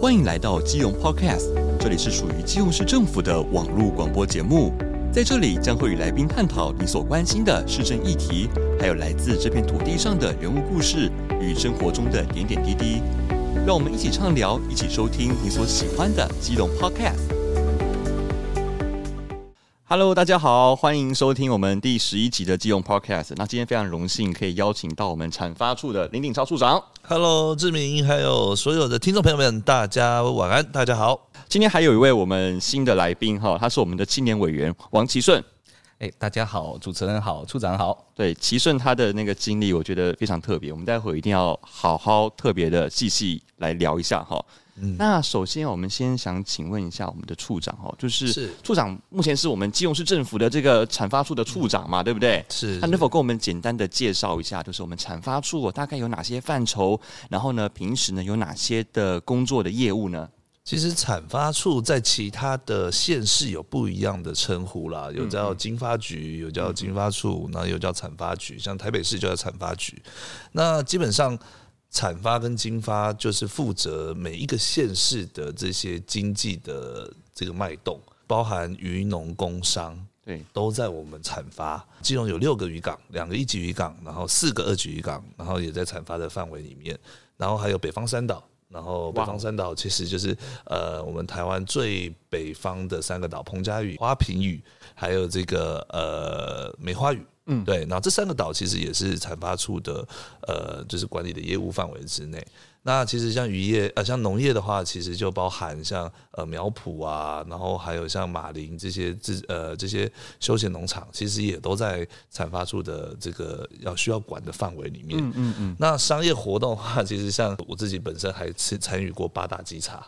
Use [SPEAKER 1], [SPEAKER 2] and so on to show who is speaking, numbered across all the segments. [SPEAKER 1] 欢迎来到基隆 Podcast，这里是属于基隆市政府的网络广播节目。在这里将会与来宾探讨你所关心的市政议题，还有来自这片土地上的人物故事与生活中的点点滴滴。让我们一起畅聊，一起收听你所喜欢的基隆 Podcast。Hello，大家好，欢迎收听我们第十一集的基隆 Podcast。那今天非常荣幸可以邀请到我们产发处的林鼎超处长。
[SPEAKER 2] Hello，志明，还有所有的听众朋友们，大家晚安，大家好。
[SPEAKER 1] 今天还有一位我们新的来宾哈，他是我们的青年委员王奇顺。
[SPEAKER 3] 哎、大家好，主持人好，处长好。
[SPEAKER 1] 对，奇顺他的那个经历，我觉得非常特别，我们待会儿一定要好好特别的细细来聊一下哈。
[SPEAKER 2] 嗯
[SPEAKER 1] 那首先我们先想请问一下我们的处长哈，就是
[SPEAKER 2] 是
[SPEAKER 1] 处长目前是我们基隆市政府的这个产发处的处长嘛，对不对？
[SPEAKER 2] 嗯是
[SPEAKER 1] 他能否跟我们简单的介绍一下，就是我们产发处哦大概有哪些范畴，然后呢，平时呢有哪些的工作的业务呢？
[SPEAKER 2] 其实产发处在其他的县市有不一样的称呼啦，有叫经发局，有叫经发处，然后有叫产发局，像台北市就叫产发局。那基本上产发跟经发就是负责每一个县市的这些经济的这个脉动，包含渔农工商，
[SPEAKER 1] 对，
[SPEAKER 2] 都在我们产发。基隆有六个渔港，两个一级渔港，然后四个二级渔港，然后也在产发的范围里面。然后还有北方三岛，然后北
[SPEAKER 1] 哇哦
[SPEAKER 2] 方三岛其实就是呃我们台湾最北方的三个岛：彭佳屿、花瓶屿，还有这个呃梅花屿。嗯，对，然后这三个岛其实也是产发处的呃就是管理的业务范围之内。那其实像渔业呃，像农业的话，其实就包含像呃苗圃啊，然后还有像马林这些自呃这些休闲农场，其实也都在产发处的这个要需要管的范围里面。嗯嗯嗯。那商业活动的话，其实像我自己本身还参参与过八大稽查，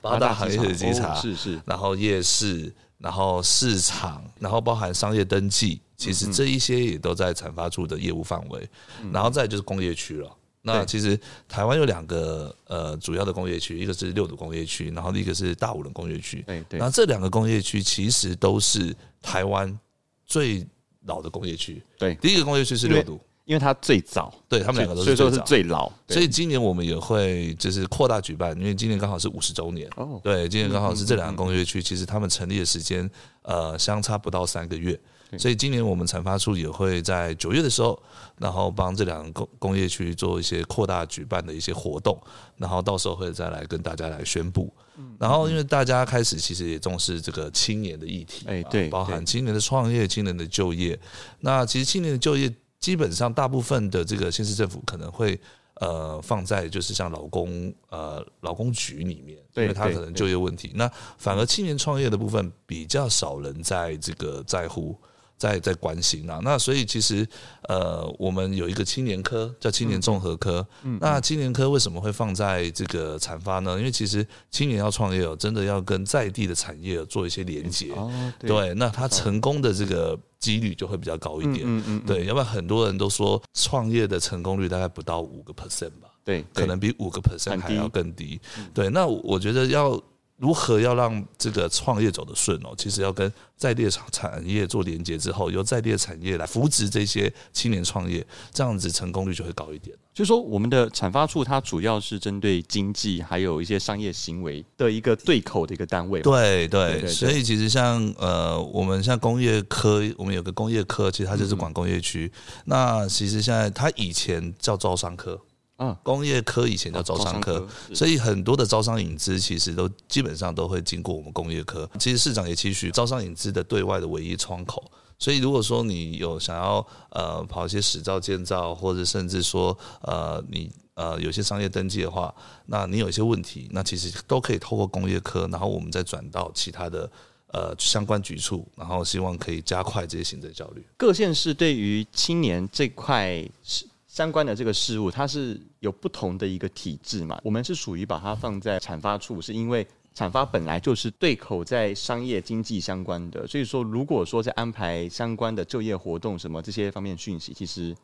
[SPEAKER 2] 八大行业的稽查、
[SPEAKER 1] 哦是是，
[SPEAKER 2] 然后夜市，然后市场，然后包含商业登记，其实这一些也都在产发处的业务范围。然后再就是工业区了。那
[SPEAKER 1] 对
[SPEAKER 2] 其实台湾有两个呃主要的工业区，一个是六堵工业区，然后一个是大武仑工业区。
[SPEAKER 1] 对对
[SPEAKER 2] 那这两个工业区其实都是台湾最老的工业区。
[SPEAKER 1] 对
[SPEAKER 2] 第一个工业区是六堵，
[SPEAKER 1] 因为他最早，
[SPEAKER 2] 对他们两个都
[SPEAKER 1] 所以
[SPEAKER 2] 是
[SPEAKER 1] 说
[SPEAKER 2] 最
[SPEAKER 1] 是
[SPEAKER 2] 早。
[SPEAKER 1] 最老，
[SPEAKER 2] 所以今年我们也会就是扩大举办，因为今年刚好是五十周年。
[SPEAKER 1] 哦，
[SPEAKER 2] 对，今年刚好是这两个工业区，其实他们成立的时间呃相差不到三个月，所以今年我们产发处也会在九月的时候，然后帮这两个工工业区做一些扩大举办的一些活动，然后到时候会再来跟大家来宣布。然后因为大家开始其实也重视这个青年的议题嘛，
[SPEAKER 1] 哎对
[SPEAKER 2] 啊包含青年的创业、青年的就业。那其实青年的就业，基本上大部分的这个县市政府可能会。呃，放在就是像劳工呃劳工局里面，
[SPEAKER 1] 对
[SPEAKER 2] 因为他
[SPEAKER 1] 对
[SPEAKER 2] 可能
[SPEAKER 1] 对
[SPEAKER 2] 就业问题。那反而青年创业的部分比较少人在这个在乎。在在关心啊，那所以其实呃，我们有一个青年科叫青年综合科。
[SPEAKER 1] 嗯
[SPEAKER 2] 那青年科为什么会放在这个产发呢？因为其实青年要创业哦，真的要跟在地的产业有做一些连接。
[SPEAKER 1] 哦对
[SPEAKER 2] 对，那他成功的这个几率就会比较高一点。
[SPEAKER 1] 嗯嗯
[SPEAKER 2] 对，要不然很多人都说创业的成功率大概不到五个 percent 吧。
[SPEAKER 1] 对，
[SPEAKER 2] 可能比五个 percent
[SPEAKER 1] 很
[SPEAKER 2] 还
[SPEAKER 1] 低嗯
[SPEAKER 2] 要更低。对，那我我觉得要如何要让这个创业走得顺哦，其实要跟在地的产产业做连接之后，由在地的产业来扶植这些青年创业，这样子成功率就会高一点。
[SPEAKER 1] 就是说我们的产发处它主要是针对经济还有一些商业行为的一个对口的一个单位嘛，哦
[SPEAKER 2] 对
[SPEAKER 1] 对
[SPEAKER 2] 对，
[SPEAKER 1] 对
[SPEAKER 2] 所以其实像呃，我们像工业科，我们有个工业科，其实它就是管工业区。那其实现在它以前叫招商科，
[SPEAKER 1] 嗯
[SPEAKER 2] 工业科以前叫招商科，
[SPEAKER 1] 哦招商科是
[SPEAKER 2] 所以很多的招商引资其实都基本上都会经过我们工业科。其实市长也期许招商引资的对外的唯一窗口。所以，如果说你有想要呃跑一些实造建造，或者甚至说呃你呃有些商业登记的话，那你有一些问题，那其实都可以透过工业科，然后我们再转到其他的呃相关局处，然后希望可以加快这些行政效率。
[SPEAKER 1] 各县市对于青年这块事相关的这个事物，它是有不同的一个体制嘛。我们是属于把它放在产发处，是因为产发本来就是对口在商业经济相关的，所以说如果说在安排相关的就业活动什么这些方面讯息，其实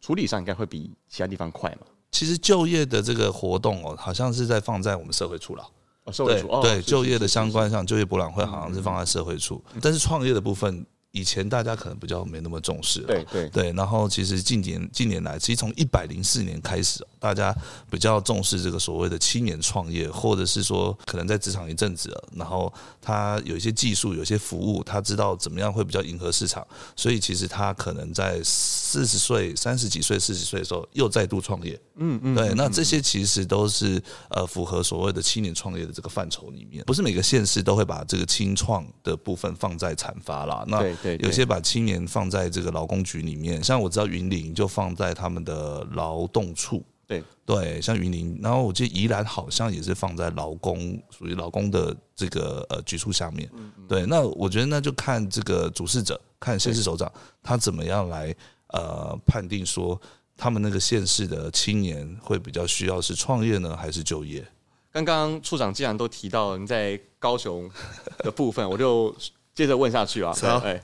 [SPEAKER 1] 处理上应该会比其他地方快嘛。
[SPEAKER 2] 其实就业的这个活动哦，好像是在放在我们社会处了。
[SPEAKER 1] 哦，社会
[SPEAKER 2] 对
[SPEAKER 1] 处哦，
[SPEAKER 2] 对，
[SPEAKER 1] 是
[SPEAKER 2] 就业的
[SPEAKER 1] 是是嗯
[SPEAKER 2] 相关上，就业博览会好像是放在社会处，但是创业的部分，以前大家可能比较没那么重视。啊
[SPEAKER 1] 对对
[SPEAKER 2] 对，然后其实近年近年来，其实从一百零四年开始，大家比较重视这个所谓的青年创业，或者是说可能在职场一阵子了，然后他有一些技术、有一些服务，他知道怎么样会比较迎合市场，所以其实他可能在四十岁、三十几岁、四十岁的时候又再度创业。嗯嗯，对，那这些其实都是呃符合所谓的青年创业的这个范畴里面，不是每个县市都会把这个青创的部分放在产发啦。那
[SPEAKER 1] 对对对
[SPEAKER 2] 有些把青年放在这个劳工局里面，像我知道云林就放在他们的劳动处。
[SPEAKER 1] 对
[SPEAKER 2] 对，像云林，然后我记得宜兰好像也是放在劳工，属于劳工的这个呃局处下面。
[SPEAKER 1] 嗯
[SPEAKER 2] 对，那我觉得那就看这个主事者，看县市首长他怎么样来呃判定说他们那个县市的青年会比较需要是创业呢，还是就业？
[SPEAKER 1] 刚刚处长既然都提到你在高雄的部分，我就接着问下 去啊。
[SPEAKER 2] 好
[SPEAKER 1] 哎，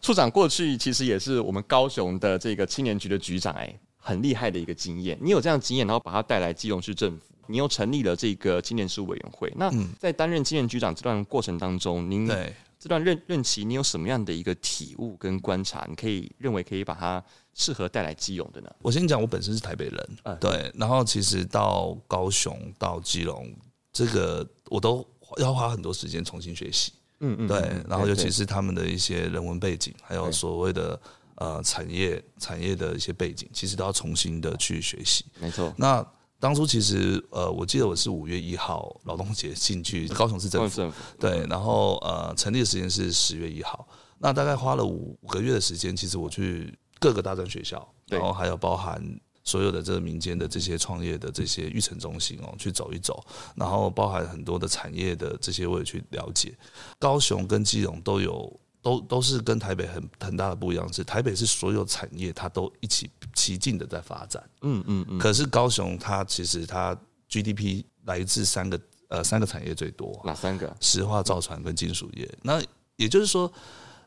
[SPEAKER 1] 处长过去其实也是我们高雄的这个青年局的局长，哎，很厉害的一个经验。你有这样的经验，然后把它带来基隆市政府，你又成立了这个青年事务委员会。那在担任青年局长这段过程当中，您
[SPEAKER 2] 对。
[SPEAKER 1] 这段任任期，你有什么样的一个体悟跟观察？你可以认为可以把它适合带来基隆的呢？
[SPEAKER 2] 我先讲，我本身是台北人，
[SPEAKER 1] 嗯
[SPEAKER 2] 对，然后其实到高雄、到基隆，这个我都要花很多时间重新学习，
[SPEAKER 1] 嗯嗯
[SPEAKER 2] 对，然后尤其
[SPEAKER 1] 对
[SPEAKER 2] 是他们的一些人文背景，还有
[SPEAKER 1] 对
[SPEAKER 2] 所谓的呃产业产业的一些背景，其实都要重新的去学习。
[SPEAKER 1] 没错，
[SPEAKER 2] 那当初其实呃，我记得我是五月一号劳动节进去高雄市政
[SPEAKER 1] 高雄
[SPEAKER 2] 府，
[SPEAKER 1] 政府
[SPEAKER 2] 对，然后呃，成立的时间是十月一号。那大概花了五五个月的时间，其实我去各个大专学校，
[SPEAKER 1] 对
[SPEAKER 2] 然后还有包含所有的这个民间的这些创业的这些育成中心哦，去走一走，然后包含很多的产业的这些我也去了解。高雄跟基隆都有。都都是跟台北很很大的不一样，是台北是所有产业它都一起齐进的在发展，
[SPEAKER 1] 嗯嗯嗯，
[SPEAKER 2] 可是高雄它其实它 GDP 来自三个呃三个产业最多，
[SPEAKER 1] 哪三个？
[SPEAKER 2] 石化、造船跟金属业。那也就是说，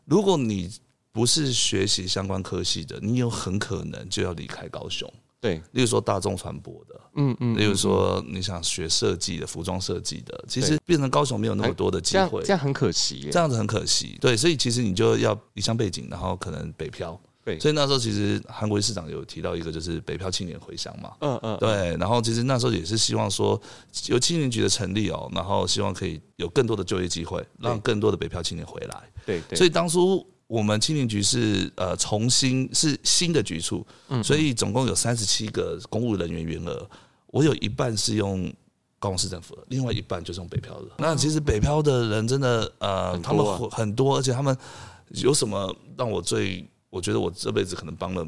[SPEAKER 2] 如果你不是学习相关科系的，你有很可能就要离开高雄。
[SPEAKER 1] 对，
[SPEAKER 2] 例如说大众传播的，
[SPEAKER 1] 嗯嗯，
[SPEAKER 2] 例如说你想学设计的、服装设计的，其实变成高雄没有那么多的机
[SPEAKER 1] 这样
[SPEAKER 2] 会
[SPEAKER 1] 哎这，样很可惜耶
[SPEAKER 2] 这。样子很可惜。对，所以其实你就要离乡背景，然后可能北漂。
[SPEAKER 1] 对
[SPEAKER 2] 所以那时候其实韩国瑜市长有提到一个，就是北漂青年回乡嘛。
[SPEAKER 1] 嗯嗯，
[SPEAKER 2] 对，然后其实那时候也是希望说，有青年局的成立哦，然后希望可以有更多的就业机会，让更多的北漂青年回来。
[SPEAKER 1] 对对，
[SPEAKER 2] 所以当初我们青年局是呃重新是新的局处，
[SPEAKER 1] 嗯
[SPEAKER 2] 所以总共有三十七个公务人员员额，我有一半是用。高雄市政府的，另外一半就是用北漂的。那其实北漂的人真的，呃，
[SPEAKER 1] 嗯很多
[SPEAKER 2] 他
[SPEAKER 1] 啊
[SPEAKER 2] 们很很多，而且他们有什么让我最，我觉得我这辈子可能帮了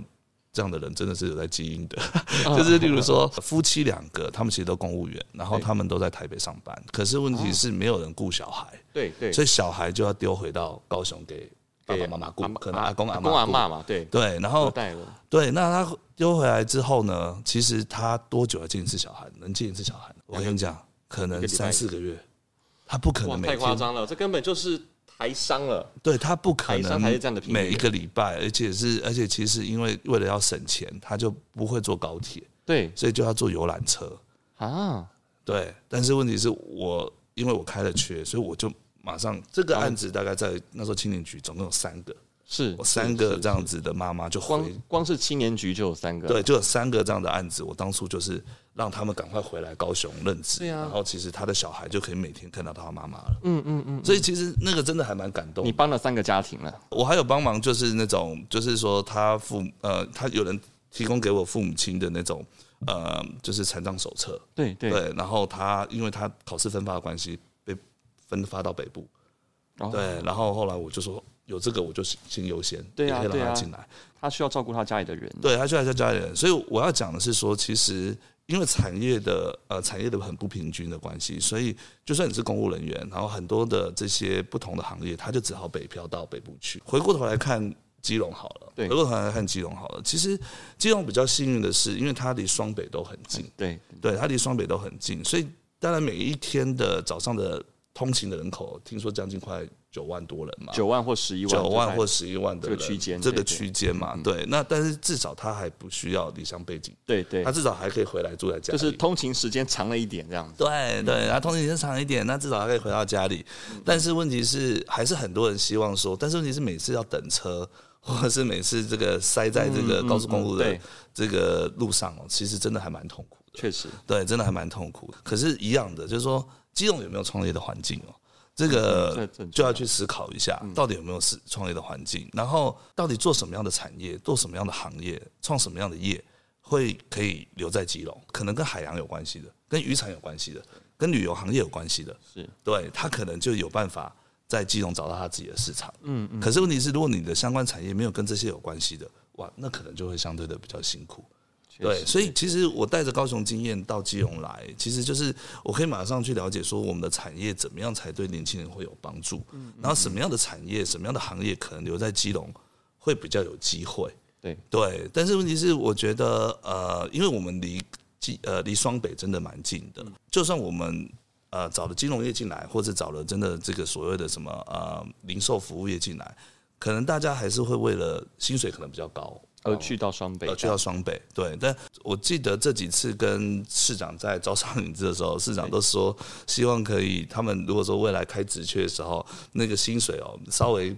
[SPEAKER 2] 这样的人，真的是有在基因的。
[SPEAKER 1] 嗯
[SPEAKER 2] 就是例如说夫妻两个，他们其实都公务员，然后
[SPEAKER 1] 对
[SPEAKER 2] 他们都在台北上班，可是问题是没有人顾小孩，
[SPEAKER 1] 对对，
[SPEAKER 2] 所以小孩就要丢回到高雄给爸
[SPEAKER 1] 给
[SPEAKER 2] 爸妈妈顾
[SPEAKER 1] 阿，
[SPEAKER 2] 可能阿公
[SPEAKER 1] 阿
[SPEAKER 2] 阿
[SPEAKER 1] 公阿
[SPEAKER 2] 妈
[SPEAKER 1] 妈
[SPEAKER 2] 顾。
[SPEAKER 1] 嘛，对，
[SPEAKER 2] 对，然
[SPEAKER 1] 二
[SPEAKER 2] 后
[SPEAKER 1] 代了，
[SPEAKER 2] 对，那他丢回来之后呢？其实他多久要见一次小孩？能见一次小孩？我跟你讲，可
[SPEAKER 1] 一
[SPEAKER 2] 能
[SPEAKER 1] 个礼拜
[SPEAKER 2] 三四个月，他不可
[SPEAKER 1] 哇，
[SPEAKER 2] 能每
[SPEAKER 1] 太夸
[SPEAKER 2] 天
[SPEAKER 1] 张了，这根本就是台商了，
[SPEAKER 2] 对他不可
[SPEAKER 1] 台商
[SPEAKER 2] 能
[SPEAKER 1] 才是这样的频率
[SPEAKER 2] 每一个礼拜，而且是而且其实因为为了要省钱，他就不会坐高铁，
[SPEAKER 1] 对
[SPEAKER 2] 所以就要坐游览车。
[SPEAKER 1] 啊，
[SPEAKER 2] 对，但是问题是我因为我开了缺，所以我就马上这个案子大概在那时候青年局总共有三个，
[SPEAKER 1] 是
[SPEAKER 2] 我三
[SPEAKER 1] 是
[SPEAKER 2] 个
[SPEAKER 1] 是
[SPEAKER 2] 这样子的妈妈就
[SPEAKER 1] 光
[SPEAKER 2] 回，
[SPEAKER 1] 光是青年局就有三个，
[SPEAKER 2] 对，就有三个这样的案子，我当初就是让他们赶快回来高雄任职，
[SPEAKER 1] 对啊
[SPEAKER 2] 然后其实他的小孩就可以每天看到他妈妈了，
[SPEAKER 1] 嗯嗯嗯，
[SPEAKER 2] 所以其实那个真的还蛮感动
[SPEAKER 1] 你
[SPEAKER 2] 的。
[SPEAKER 1] 帮了三个家庭了，
[SPEAKER 2] 我还有帮忙，就是那种，就是说他父呃，他有人提供给我父母亲的那种呃，就是残障手册，
[SPEAKER 1] 对对，
[SPEAKER 2] 对，然后他因为他考试分发的关系被分发到北部，
[SPEAKER 1] 然后
[SPEAKER 2] 对，然后后来我就说有这个我就先先优先，
[SPEAKER 1] 对啊
[SPEAKER 2] 也可以
[SPEAKER 1] 对
[SPEAKER 2] 让
[SPEAKER 1] 啊
[SPEAKER 2] 他进来，
[SPEAKER 1] 他需要照顾他家里的人，
[SPEAKER 2] 对他就还在家里人，所以我要讲的是说，其实因为产业的呃产业的很不平均的关系，所以就算你是公务人员，然后很多的这些不同的行业，他就只好北漂到北部去。回过头来看基隆好了，
[SPEAKER 1] 对
[SPEAKER 2] 回过头来看基隆好了，其实基隆比较幸运的是，因为它离双北都很近。
[SPEAKER 1] 对
[SPEAKER 2] 对，它离双北都很近，所以当然每一天的早上的通勤的人口，听说将近快九万多人嘛，
[SPEAKER 1] 九万或十一万，
[SPEAKER 2] 九万或十一万的
[SPEAKER 1] 这
[SPEAKER 2] 人
[SPEAKER 1] 个区间
[SPEAKER 2] 这个
[SPEAKER 1] 对对嗯
[SPEAKER 2] 区间嘛，对。那但是至少他还不需要离乡背景，
[SPEAKER 1] 对对
[SPEAKER 2] 他，至少还可以回来住在家
[SPEAKER 1] 就是
[SPEAKER 2] 里，
[SPEAKER 1] 通勤时间长了一点这样子，
[SPEAKER 2] 对对，然后通勤时间长一点，那至少还可以
[SPEAKER 1] 嗯
[SPEAKER 2] 回到家里。但是问题是，还是很多人希望说，但是问题是每次要等车，或者是每次这个塞在这个高速公
[SPEAKER 1] 嗯嗯
[SPEAKER 2] 路
[SPEAKER 1] 嗯
[SPEAKER 2] 的
[SPEAKER 1] 对
[SPEAKER 2] 这个路上哦，其实真的还蛮痛苦的。
[SPEAKER 1] 确实，
[SPEAKER 2] 对，真的还蛮痛苦的。可是，一样的，就是说，基隆有没有创业的环境哦？这
[SPEAKER 1] 嗯
[SPEAKER 2] 个
[SPEAKER 1] 这嗯很重要
[SPEAKER 2] 就要去思考一下，到底有没有是创业的环境，然后到底做什么样的产业，做什么样的行业，创什么样的业，会可以留在基隆？可能跟海洋有关系的，跟渔产有关系的，跟旅游行业有关系的，
[SPEAKER 1] 是
[SPEAKER 2] 对他可能就有办法在基隆找到他自己的市场。嗯嗯。可是问题是，如果你的相关产业没有跟这些有关系的，哇，那可能就会相对的比较辛苦。对，所以其实我带着高雄经验到基隆来，其实就是我可以马上去了解说我们的产业怎么样才对年轻人会有帮助，然后什么样的产业、什么样的行业可能留在基隆会比较有机会。
[SPEAKER 1] 对
[SPEAKER 2] 对，但是问题是，我觉得呃，因为我们离基呃离双北真的蛮近的，就算我们呃找了金融业进来，或者找了真的这个所谓的什么呃零售服务业进来，可能大家还是会为了薪水可能比较高，
[SPEAKER 1] 而去到双北
[SPEAKER 2] 呃，，去到双北，对。但我记得这几次跟市长在招商引资的时候，市长都说希望可以，他们如果说未来开职缺的时候，那个薪水哦，稍微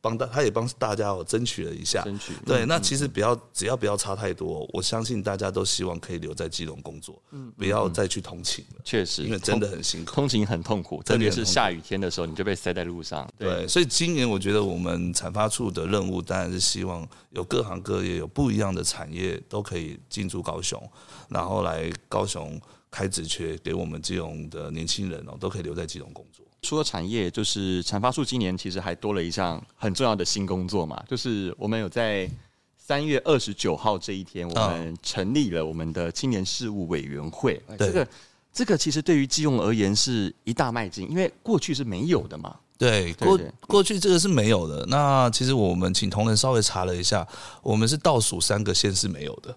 [SPEAKER 2] 帮大，他也帮大家哦争取了一下。
[SPEAKER 1] 争取嗯
[SPEAKER 2] 对，那其实不要，只要不要差太多，我相信大家都希望可以留在基隆工作，
[SPEAKER 1] 嗯
[SPEAKER 2] 不要再去通勤了，
[SPEAKER 1] 确实，
[SPEAKER 2] 因为真的很辛苦。
[SPEAKER 1] 通通勤很痛苦，特
[SPEAKER 2] 真的
[SPEAKER 1] 别
[SPEAKER 2] 很
[SPEAKER 1] 是下雨天的时候，你就被塞在路上。
[SPEAKER 2] 对，所以今年我觉得我们产发处的任务当然是希望有各行各业有不一样的产业都可以进驻高雄，然后来高雄开职缺，给我们基隆的年轻人哦都可以留在基隆工作。
[SPEAKER 1] 除了产业，就是产发处今年其实还多了一项很重要的新工作嘛，就是我们有在三月二十九号这一天，我们成立了我们的青年事务委员会。
[SPEAKER 2] 啊对
[SPEAKER 1] 这个这个其实对于基隆而言是一大迈进，因为过去是没有的嘛。
[SPEAKER 2] 对，
[SPEAKER 1] 对
[SPEAKER 2] 过
[SPEAKER 1] 对
[SPEAKER 2] 过去这个是没有的。那其实我们请同仁稍微查了一下，我们是倒数三个县是没有的。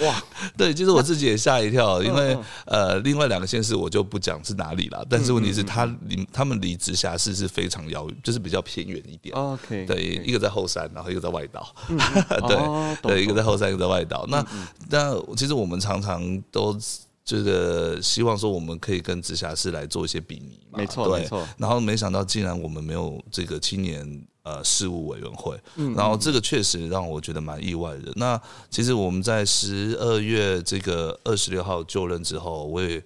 [SPEAKER 1] 哇，
[SPEAKER 2] 对，其实我自己也吓一跳， 因为呃，另外两个县市我就不讲是哪里啦，但是问题是它离他们离直辖市是非常遥远，就是比较偏远一点。
[SPEAKER 1] OK，
[SPEAKER 2] 对，一个在后山，然后一个在外岛，
[SPEAKER 1] 嗯哦
[SPEAKER 2] 对，
[SPEAKER 1] 懂嗯
[SPEAKER 2] 对，一个在后山，一个在外岛。那那其实我们常常都这个希望说，我们可以跟直辖市来做一些比拟嘛，
[SPEAKER 1] 没错
[SPEAKER 2] 对
[SPEAKER 1] 没错
[SPEAKER 2] 然后没想到，竟然我们没有这个青年呃事务委员会，然后这个确实让我觉得蛮意外的。那其实我们在十二月这个二十六号就任之后，我也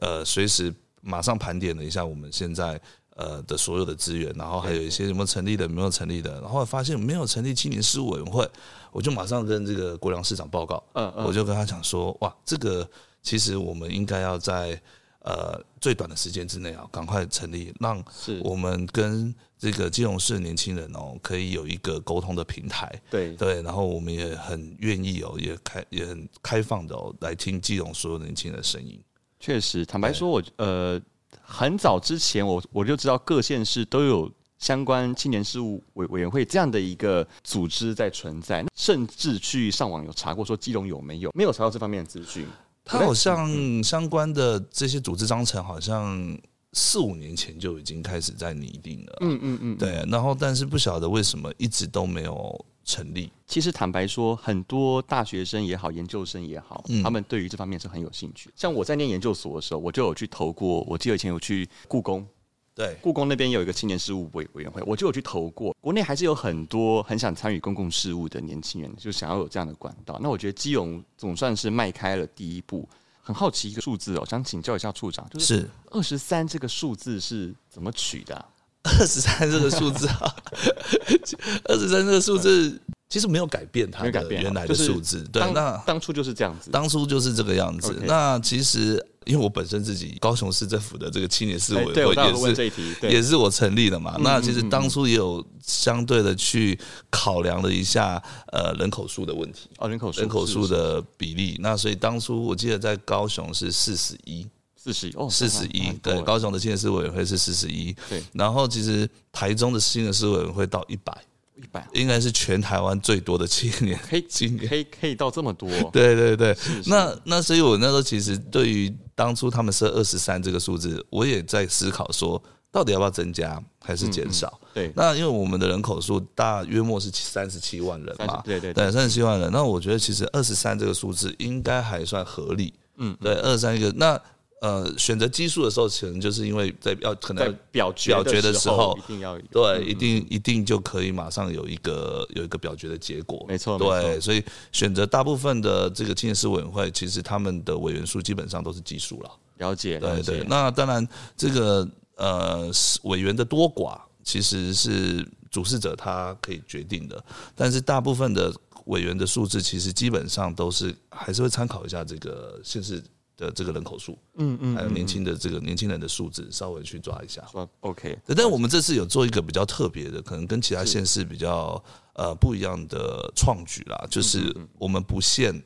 [SPEAKER 2] 呃随时马上盘点了一下我们现在。呃的所有的资源，然后还有一些有没有成立的，没有成立的，然后发现没有成立青年事务委员会，我就马上跟这个国良市长报告，
[SPEAKER 1] 嗯嗯
[SPEAKER 2] 我就跟他讲说，哇，这个其实我们应该要在呃最短的时间之内啊，赶快成立，让
[SPEAKER 1] 是
[SPEAKER 2] 我们跟这个基隆市的年轻人哦，可以有一个沟通的平台。
[SPEAKER 1] 对
[SPEAKER 2] 对，然后我们也很愿意哦，也开也很开放的哦，来听基隆所有年轻人的声音。
[SPEAKER 1] 确实，坦白说我，呃很早之前我我就知道各县市都有相关青年事务委委员会这样的一个组织在存在，甚至去上网有查过说基隆有没有，没有查到这方面的资讯。
[SPEAKER 2] 他好
[SPEAKER 1] 嗯
[SPEAKER 2] 像相关的这些组织章程，好像四五年前就已经开始在拟定了。啊
[SPEAKER 1] 嗯嗯嗯，
[SPEAKER 2] 对，然后但是不晓得为什么一直都没有成立。
[SPEAKER 1] 其实坦白说，很多大学生也好，研究生也好，
[SPEAKER 2] 嗯
[SPEAKER 1] 他们对于这方面是很有兴趣。像我在念研究所的时候，我就有去投过，我记得以前有去故宫，
[SPEAKER 2] 对，
[SPEAKER 1] 故宫那边有一个青年事务委委员会，我就有去投过。国内还是有很多很想参与公共事务的年轻人，就想要有这样的管道。那我觉得基隆总算是迈开了第一步。很好奇一个数字哦，想请教一下处长，就是
[SPEAKER 2] 是
[SPEAKER 1] 二十三这个数字是怎么取的啊、
[SPEAKER 2] 二十三这个数字啊， 二十三这个数字其实没有改变它
[SPEAKER 1] 没有改
[SPEAKER 2] 的
[SPEAKER 1] 变啊
[SPEAKER 2] 原来的
[SPEAKER 1] 就是
[SPEAKER 2] 数字。对，那
[SPEAKER 1] 当当初就是这样子，
[SPEAKER 2] 当初就是这个样子。
[SPEAKER 1] OK
[SPEAKER 2] 那其实因为我本身自己高雄市政府的这个青年事务
[SPEAKER 1] 哎
[SPEAKER 2] 委
[SPEAKER 1] 对
[SPEAKER 2] 员
[SPEAKER 1] 我当
[SPEAKER 2] 会
[SPEAKER 1] 时问
[SPEAKER 2] 也
[SPEAKER 1] 这
[SPEAKER 2] 是。
[SPEAKER 1] 一题，
[SPEAKER 2] 也
[SPEAKER 1] 对，
[SPEAKER 2] 是我成立的嘛，那其实
[SPEAKER 1] 嗯嗯
[SPEAKER 2] 当初也有相对的去考量了一下，呃，人口数的问题，
[SPEAKER 1] 哦，人口数
[SPEAKER 2] 人口数
[SPEAKER 1] 是
[SPEAKER 2] 的比例。那所以当初我记得在高雄是四十一，
[SPEAKER 1] 四十哦，
[SPEAKER 2] 四十一
[SPEAKER 1] 蛮，多
[SPEAKER 2] 对，
[SPEAKER 1] 的
[SPEAKER 2] 高雄的青年事务委员会是四十一，
[SPEAKER 1] 对，
[SPEAKER 2] 然后其实台中的青年事务委员会到一百，
[SPEAKER 1] 一百
[SPEAKER 2] 应该是全台湾最多的青年
[SPEAKER 1] 可以
[SPEAKER 2] 青年
[SPEAKER 1] 可以可以到这么多，
[SPEAKER 2] 对对对，那那所以，我那时候其实对于当初他们设二十三这个数字，我也在思考说，到底要不要增加还是
[SPEAKER 1] 嗯
[SPEAKER 2] 减少？
[SPEAKER 1] 对
[SPEAKER 2] 那因为我们的人口数大约莫是三十七万人嘛
[SPEAKER 1] 30，对对对
[SPEAKER 2] 对，三十七万
[SPEAKER 1] 嗯
[SPEAKER 2] 人。那我觉得其实二十三这个数字应该还算合理，嗯，对，二十三一个那。呃选择基数的时候，可能就是因为在要可
[SPEAKER 1] 在嗯
[SPEAKER 2] 能
[SPEAKER 1] 表决
[SPEAKER 2] 表决的时
[SPEAKER 1] 时
[SPEAKER 2] 候
[SPEAKER 1] 一定要有
[SPEAKER 2] 对，一定一定就可以马上有一个有一个表决的结果。
[SPEAKER 1] 没错没
[SPEAKER 2] 对，
[SPEAKER 1] 错
[SPEAKER 2] 所以选择大部分的这个青年事委员会，其实他们的委员数基本上都是奇数了。
[SPEAKER 1] 了解，了
[SPEAKER 2] 对
[SPEAKER 1] 解
[SPEAKER 2] 对，那当然这个呃是委员的多寡其实是主事者他可以决定的，但是大部分的委员的数字其实基本上都是还是会参考一下这个县市的这个人口数，嗯嗯，还有年轻的这个年轻人的数字，稍微去抓一下。
[SPEAKER 1] 说嗯 OK，
[SPEAKER 2] 对但我们这次有做一个比较特别的，可能跟其他县市比较呃不一样的创举啦，就是我们不限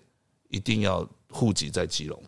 [SPEAKER 2] 一定要户籍在基隆。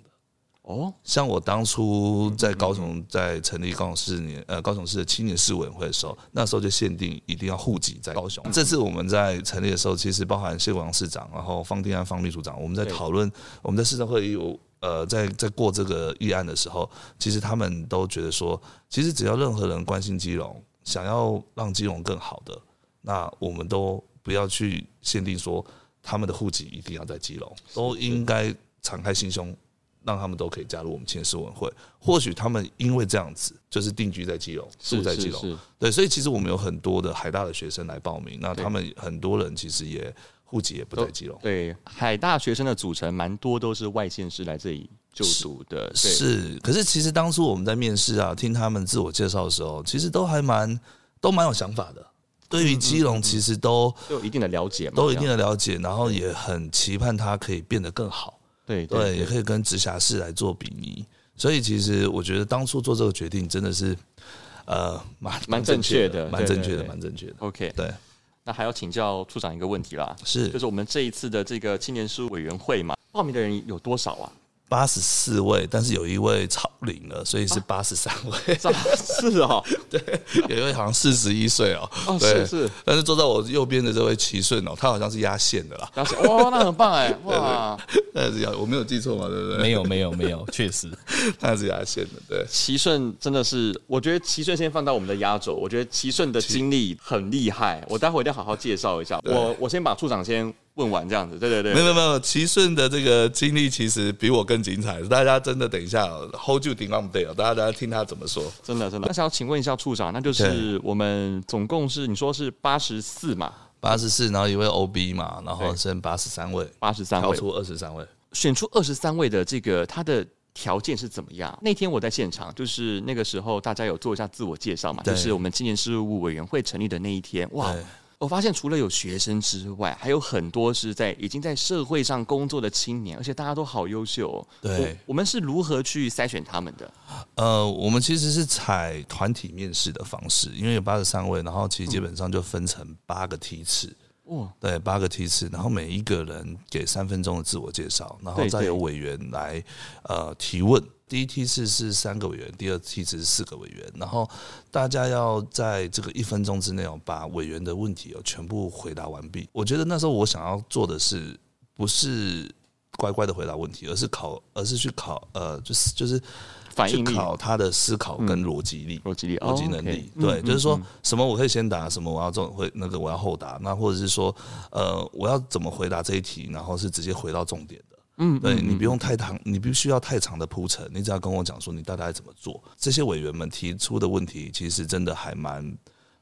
[SPEAKER 1] 哦，
[SPEAKER 2] 像我当初在高雄，在成立高雄市年呃高雄市的青年市委员会的时候，那时候就限定一定要户籍在高雄。这次我们在成立的时候，其实包含谢国良市长，然后方定安方秘书长，我们在
[SPEAKER 1] 对
[SPEAKER 2] 讨论我们在市政会议有呃在在过这个议案的时候，其实他们都觉得说，其实只要任何人关心基隆，想要让基隆更好的，那我们都不要去限定说他们的户籍一定要在基隆，都应该敞开心胸，让他们都可以加入我们青年事文会。或许他们因为这样子，就是定居在基隆，住
[SPEAKER 1] 是
[SPEAKER 2] 在基
[SPEAKER 1] 是
[SPEAKER 2] 隆。
[SPEAKER 1] 是，
[SPEAKER 2] 对，所以其实我们有很多的海大的学生来报名，那
[SPEAKER 1] 对
[SPEAKER 2] 他们很多人其实也户籍也不在基隆。
[SPEAKER 1] 对，海大学生的组成蛮多都是外县市来这里就读的，对，
[SPEAKER 2] 是，可是其实当初我们在面试啊，听他们自我介绍的时候，其实都还蛮都蛮有想法的。对于基隆，其实都
[SPEAKER 1] 都有一定的了解嘛，
[SPEAKER 2] 都有一定
[SPEAKER 1] 这样
[SPEAKER 2] 的了解，然后也很期盼它可以变得更好。
[SPEAKER 1] 对
[SPEAKER 2] 对，也可以跟直辖市来做比拟。所以其实我觉得当初做这个决定真的是，呃，蛮
[SPEAKER 1] 蛮正
[SPEAKER 2] 正
[SPEAKER 1] 确的
[SPEAKER 2] 的，
[SPEAKER 1] 对
[SPEAKER 2] 蛮正确
[SPEAKER 1] 对
[SPEAKER 2] 的，
[SPEAKER 1] 对
[SPEAKER 2] 蛮正确的。
[SPEAKER 1] OK，
[SPEAKER 2] 对，
[SPEAKER 1] 那还要请教处长一个问题啦，就是是我们这一次的这个青年事务委员会嘛，报名的人有多少 啊？
[SPEAKER 2] 八十四位，但是有一位超龄了，所以
[SPEAKER 1] 啊
[SPEAKER 2] 是八十三位，
[SPEAKER 1] 是啊是哦，
[SPEAKER 2] 有一位好像四十一岁哦。
[SPEAKER 1] 哦
[SPEAKER 2] 对
[SPEAKER 1] 是是，
[SPEAKER 2] 但是坐在我右边的这位齐顺哦，他好像是压线的啦，
[SPEAKER 1] 然后是哦，那很棒哎，哇，
[SPEAKER 2] 但是压我没有记错嘛，对不对？
[SPEAKER 3] 没有没有没有，确实
[SPEAKER 2] 他是压线的，对。
[SPEAKER 1] 齐顺真的是，我觉得齐顺先放到我们的压轴，我觉得齐顺的经历很厉害，我待会一定要好好介绍一下。我我先把处长先问完这样子，对对
[SPEAKER 2] 没
[SPEAKER 1] 对，
[SPEAKER 2] 有没有没有，齐顺的这个经历其实比我更精彩，大家真的等一下哦 hold 住顶 on day 哦，大家大家听他怎么说。
[SPEAKER 1] 真的真的。那想要请问一下处长，那就是我们总共是你说是八十四嘛，
[SPEAKER 2] 八十四，然后一位 OB 嘛，然后
[SPEAKER 1] 对
[SPEAKER 2] 剩八十三位，
[SPEAKER 1] 八十三
[SPEAKER 2] 跳
[SPEAKER 1] 位，
[SPEAKER 2] 出二十三位。
[SPEAKER 1] 选出二十三位的这个他的条件是怎么样？那天我在现场，就是那个时候大家有做一下自我介绍嘛，
[SPEAKER 2] 对
[SPEAKER 1] 就是我们青年事务委员会成立的那一天，哇
[SPEAKER 2] 对！
[SPEAKER 1] 我发现除了有学生之外，还有很多是在已经在社会上工作的青年，而且大家都好优秀、哦。
[SPEAKER 2] 对
[SPEAKER 1] 我，我们是如何去筛选他们的？
[SPEAKER 2] 呃，我们其实是采团体面试的方式，因为有八十三位，然后其实基本上就分成八个梯次，
[SPEAKER 1] 哇，
[SPEAKER 2] 对，八个梯次，然后每一个人给三分钟的自我介绍，然后
[SPEAKER 1] 对
[SPEAKER 2] 再
[SPEAKER 1] 对
[SPEAKER 2] 由委员来呃提问。第一梯次是三个委员，第二梯次是四个委员，然后大家要在这个一分钟之内哦，把委员的问题哦全部回答完毕。我觉得那时候我想要做的是，不是乖乖的回答问题，而是考，而是去考，呃，就是就是
[SPEAKER 1] 反
[SPEAKER 2] 去
[SPEAKER 1] 应力、
[SPEAKER 2] 考他的思考跟逻辑力。
[SPEAKER 1] 嗯逻辑力、
[SPEAKER 2] 逻辑
[SPEAKER 1] 哦
[SPEAKER 2] 能力
[SPEAKER 1] OK，嗯
[SPEAKER 2] 对，就是说什么我可以先答，什么我要重会那个我要后答，那或者是说，呃，我要怎么回答这一题，然后是直接回到重点的。
[SPEAKER 1] 嗯，
[SPEAKER 2] 对
[SPEAKER 1] 嗯
[SPEAKER 2] 你不用太长，你不需要太长的铺陈，你只要跟我讲说你大概怎么做。这些委员们提出的问题，其实真的还蛮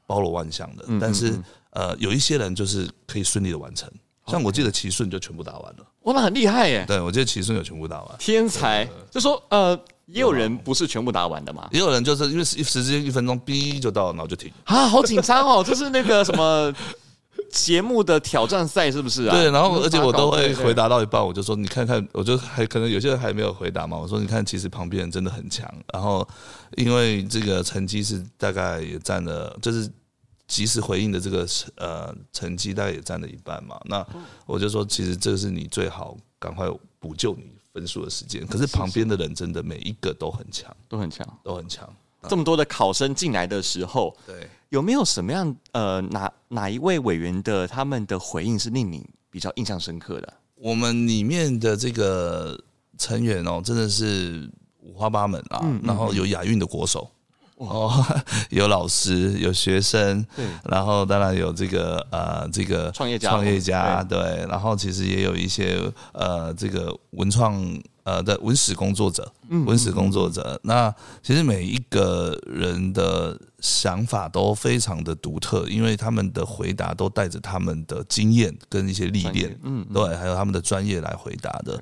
[SPEAKER 2] 包罗万象
[SPEAKER 1] 嗯
[SPEAKER 2] 的，但是呃，有一些人就是可以顺利的完成，像我记得齐顺就全部答完了，
[SPEAKER 1] 哇，那很厉害耶，
[SPEAKER 2] 对我记得齐顺有全部答完。
[SPEAKER 1] 天才。就说呃，也有
[SPEAKER 2] 啊
[SPEAKER 1] 人不是全部答完的嘛。
[SPEAKER 2] 也有人就是因为时时间一分钟，哔就到了，然后就停。
[SPEAKER 1] 啊，好紧张哦！这 是那个什么节目的挑战赛，是不是啊？
[SPEAKER 2] 对，然后
[SPEAKER 1] 你们
[SPEAKER 2] 而且我
[SPEAKER 1] 发稿
[SPEAKER 2] 都会
[SPEAKER 1] 对对
[SPEAKER 2] 回答到一半，我就说你看看，我就还可能有些人还没有回答嘛，我说你看，其实旁边人真的很强，然后因为这个成绩是大概也占了，就是。及时回应的这个呃成绩大概也占了一半嘛，那我就说其实这是你最好赶快补救你分数的时间。可是旁边的人真的每一个都很强，
[SPEAKER 1] 都很强。
[SPEAKER 2] 都很强。
[SPEAKER 1] 这么多的考生进来的时候，
[SPEAKER 2] 对，
[SPEAKER 1] 有没有什么样呃哪哪一位委员的他们的回应是令你比较印象深刻的？
[SPEAKER 2] 我们里面的这个成员哦，真的是五花八门啊。
[SPEAKER 1] 嗯
[SPEAKER 2] 然后有亚运的国手，哦， 有老师，有学生，然后当然有这个呃这个
[SPEAKER 1] 创业家
[SPEAKER 2] 创业家对，然后其实也有一些呃这个文创呃的文史工作者，
[SPEAKER 1] 嗯
[SPEAKER 2] 文史工作者。那其实每一个人的想法都非常的独特，因为他们的回答都带着他们的经验跟一些历
[SPEAKER 1] 专业
[SPEAKER 2] 练，嗯，对，还有他们的专业来回答的。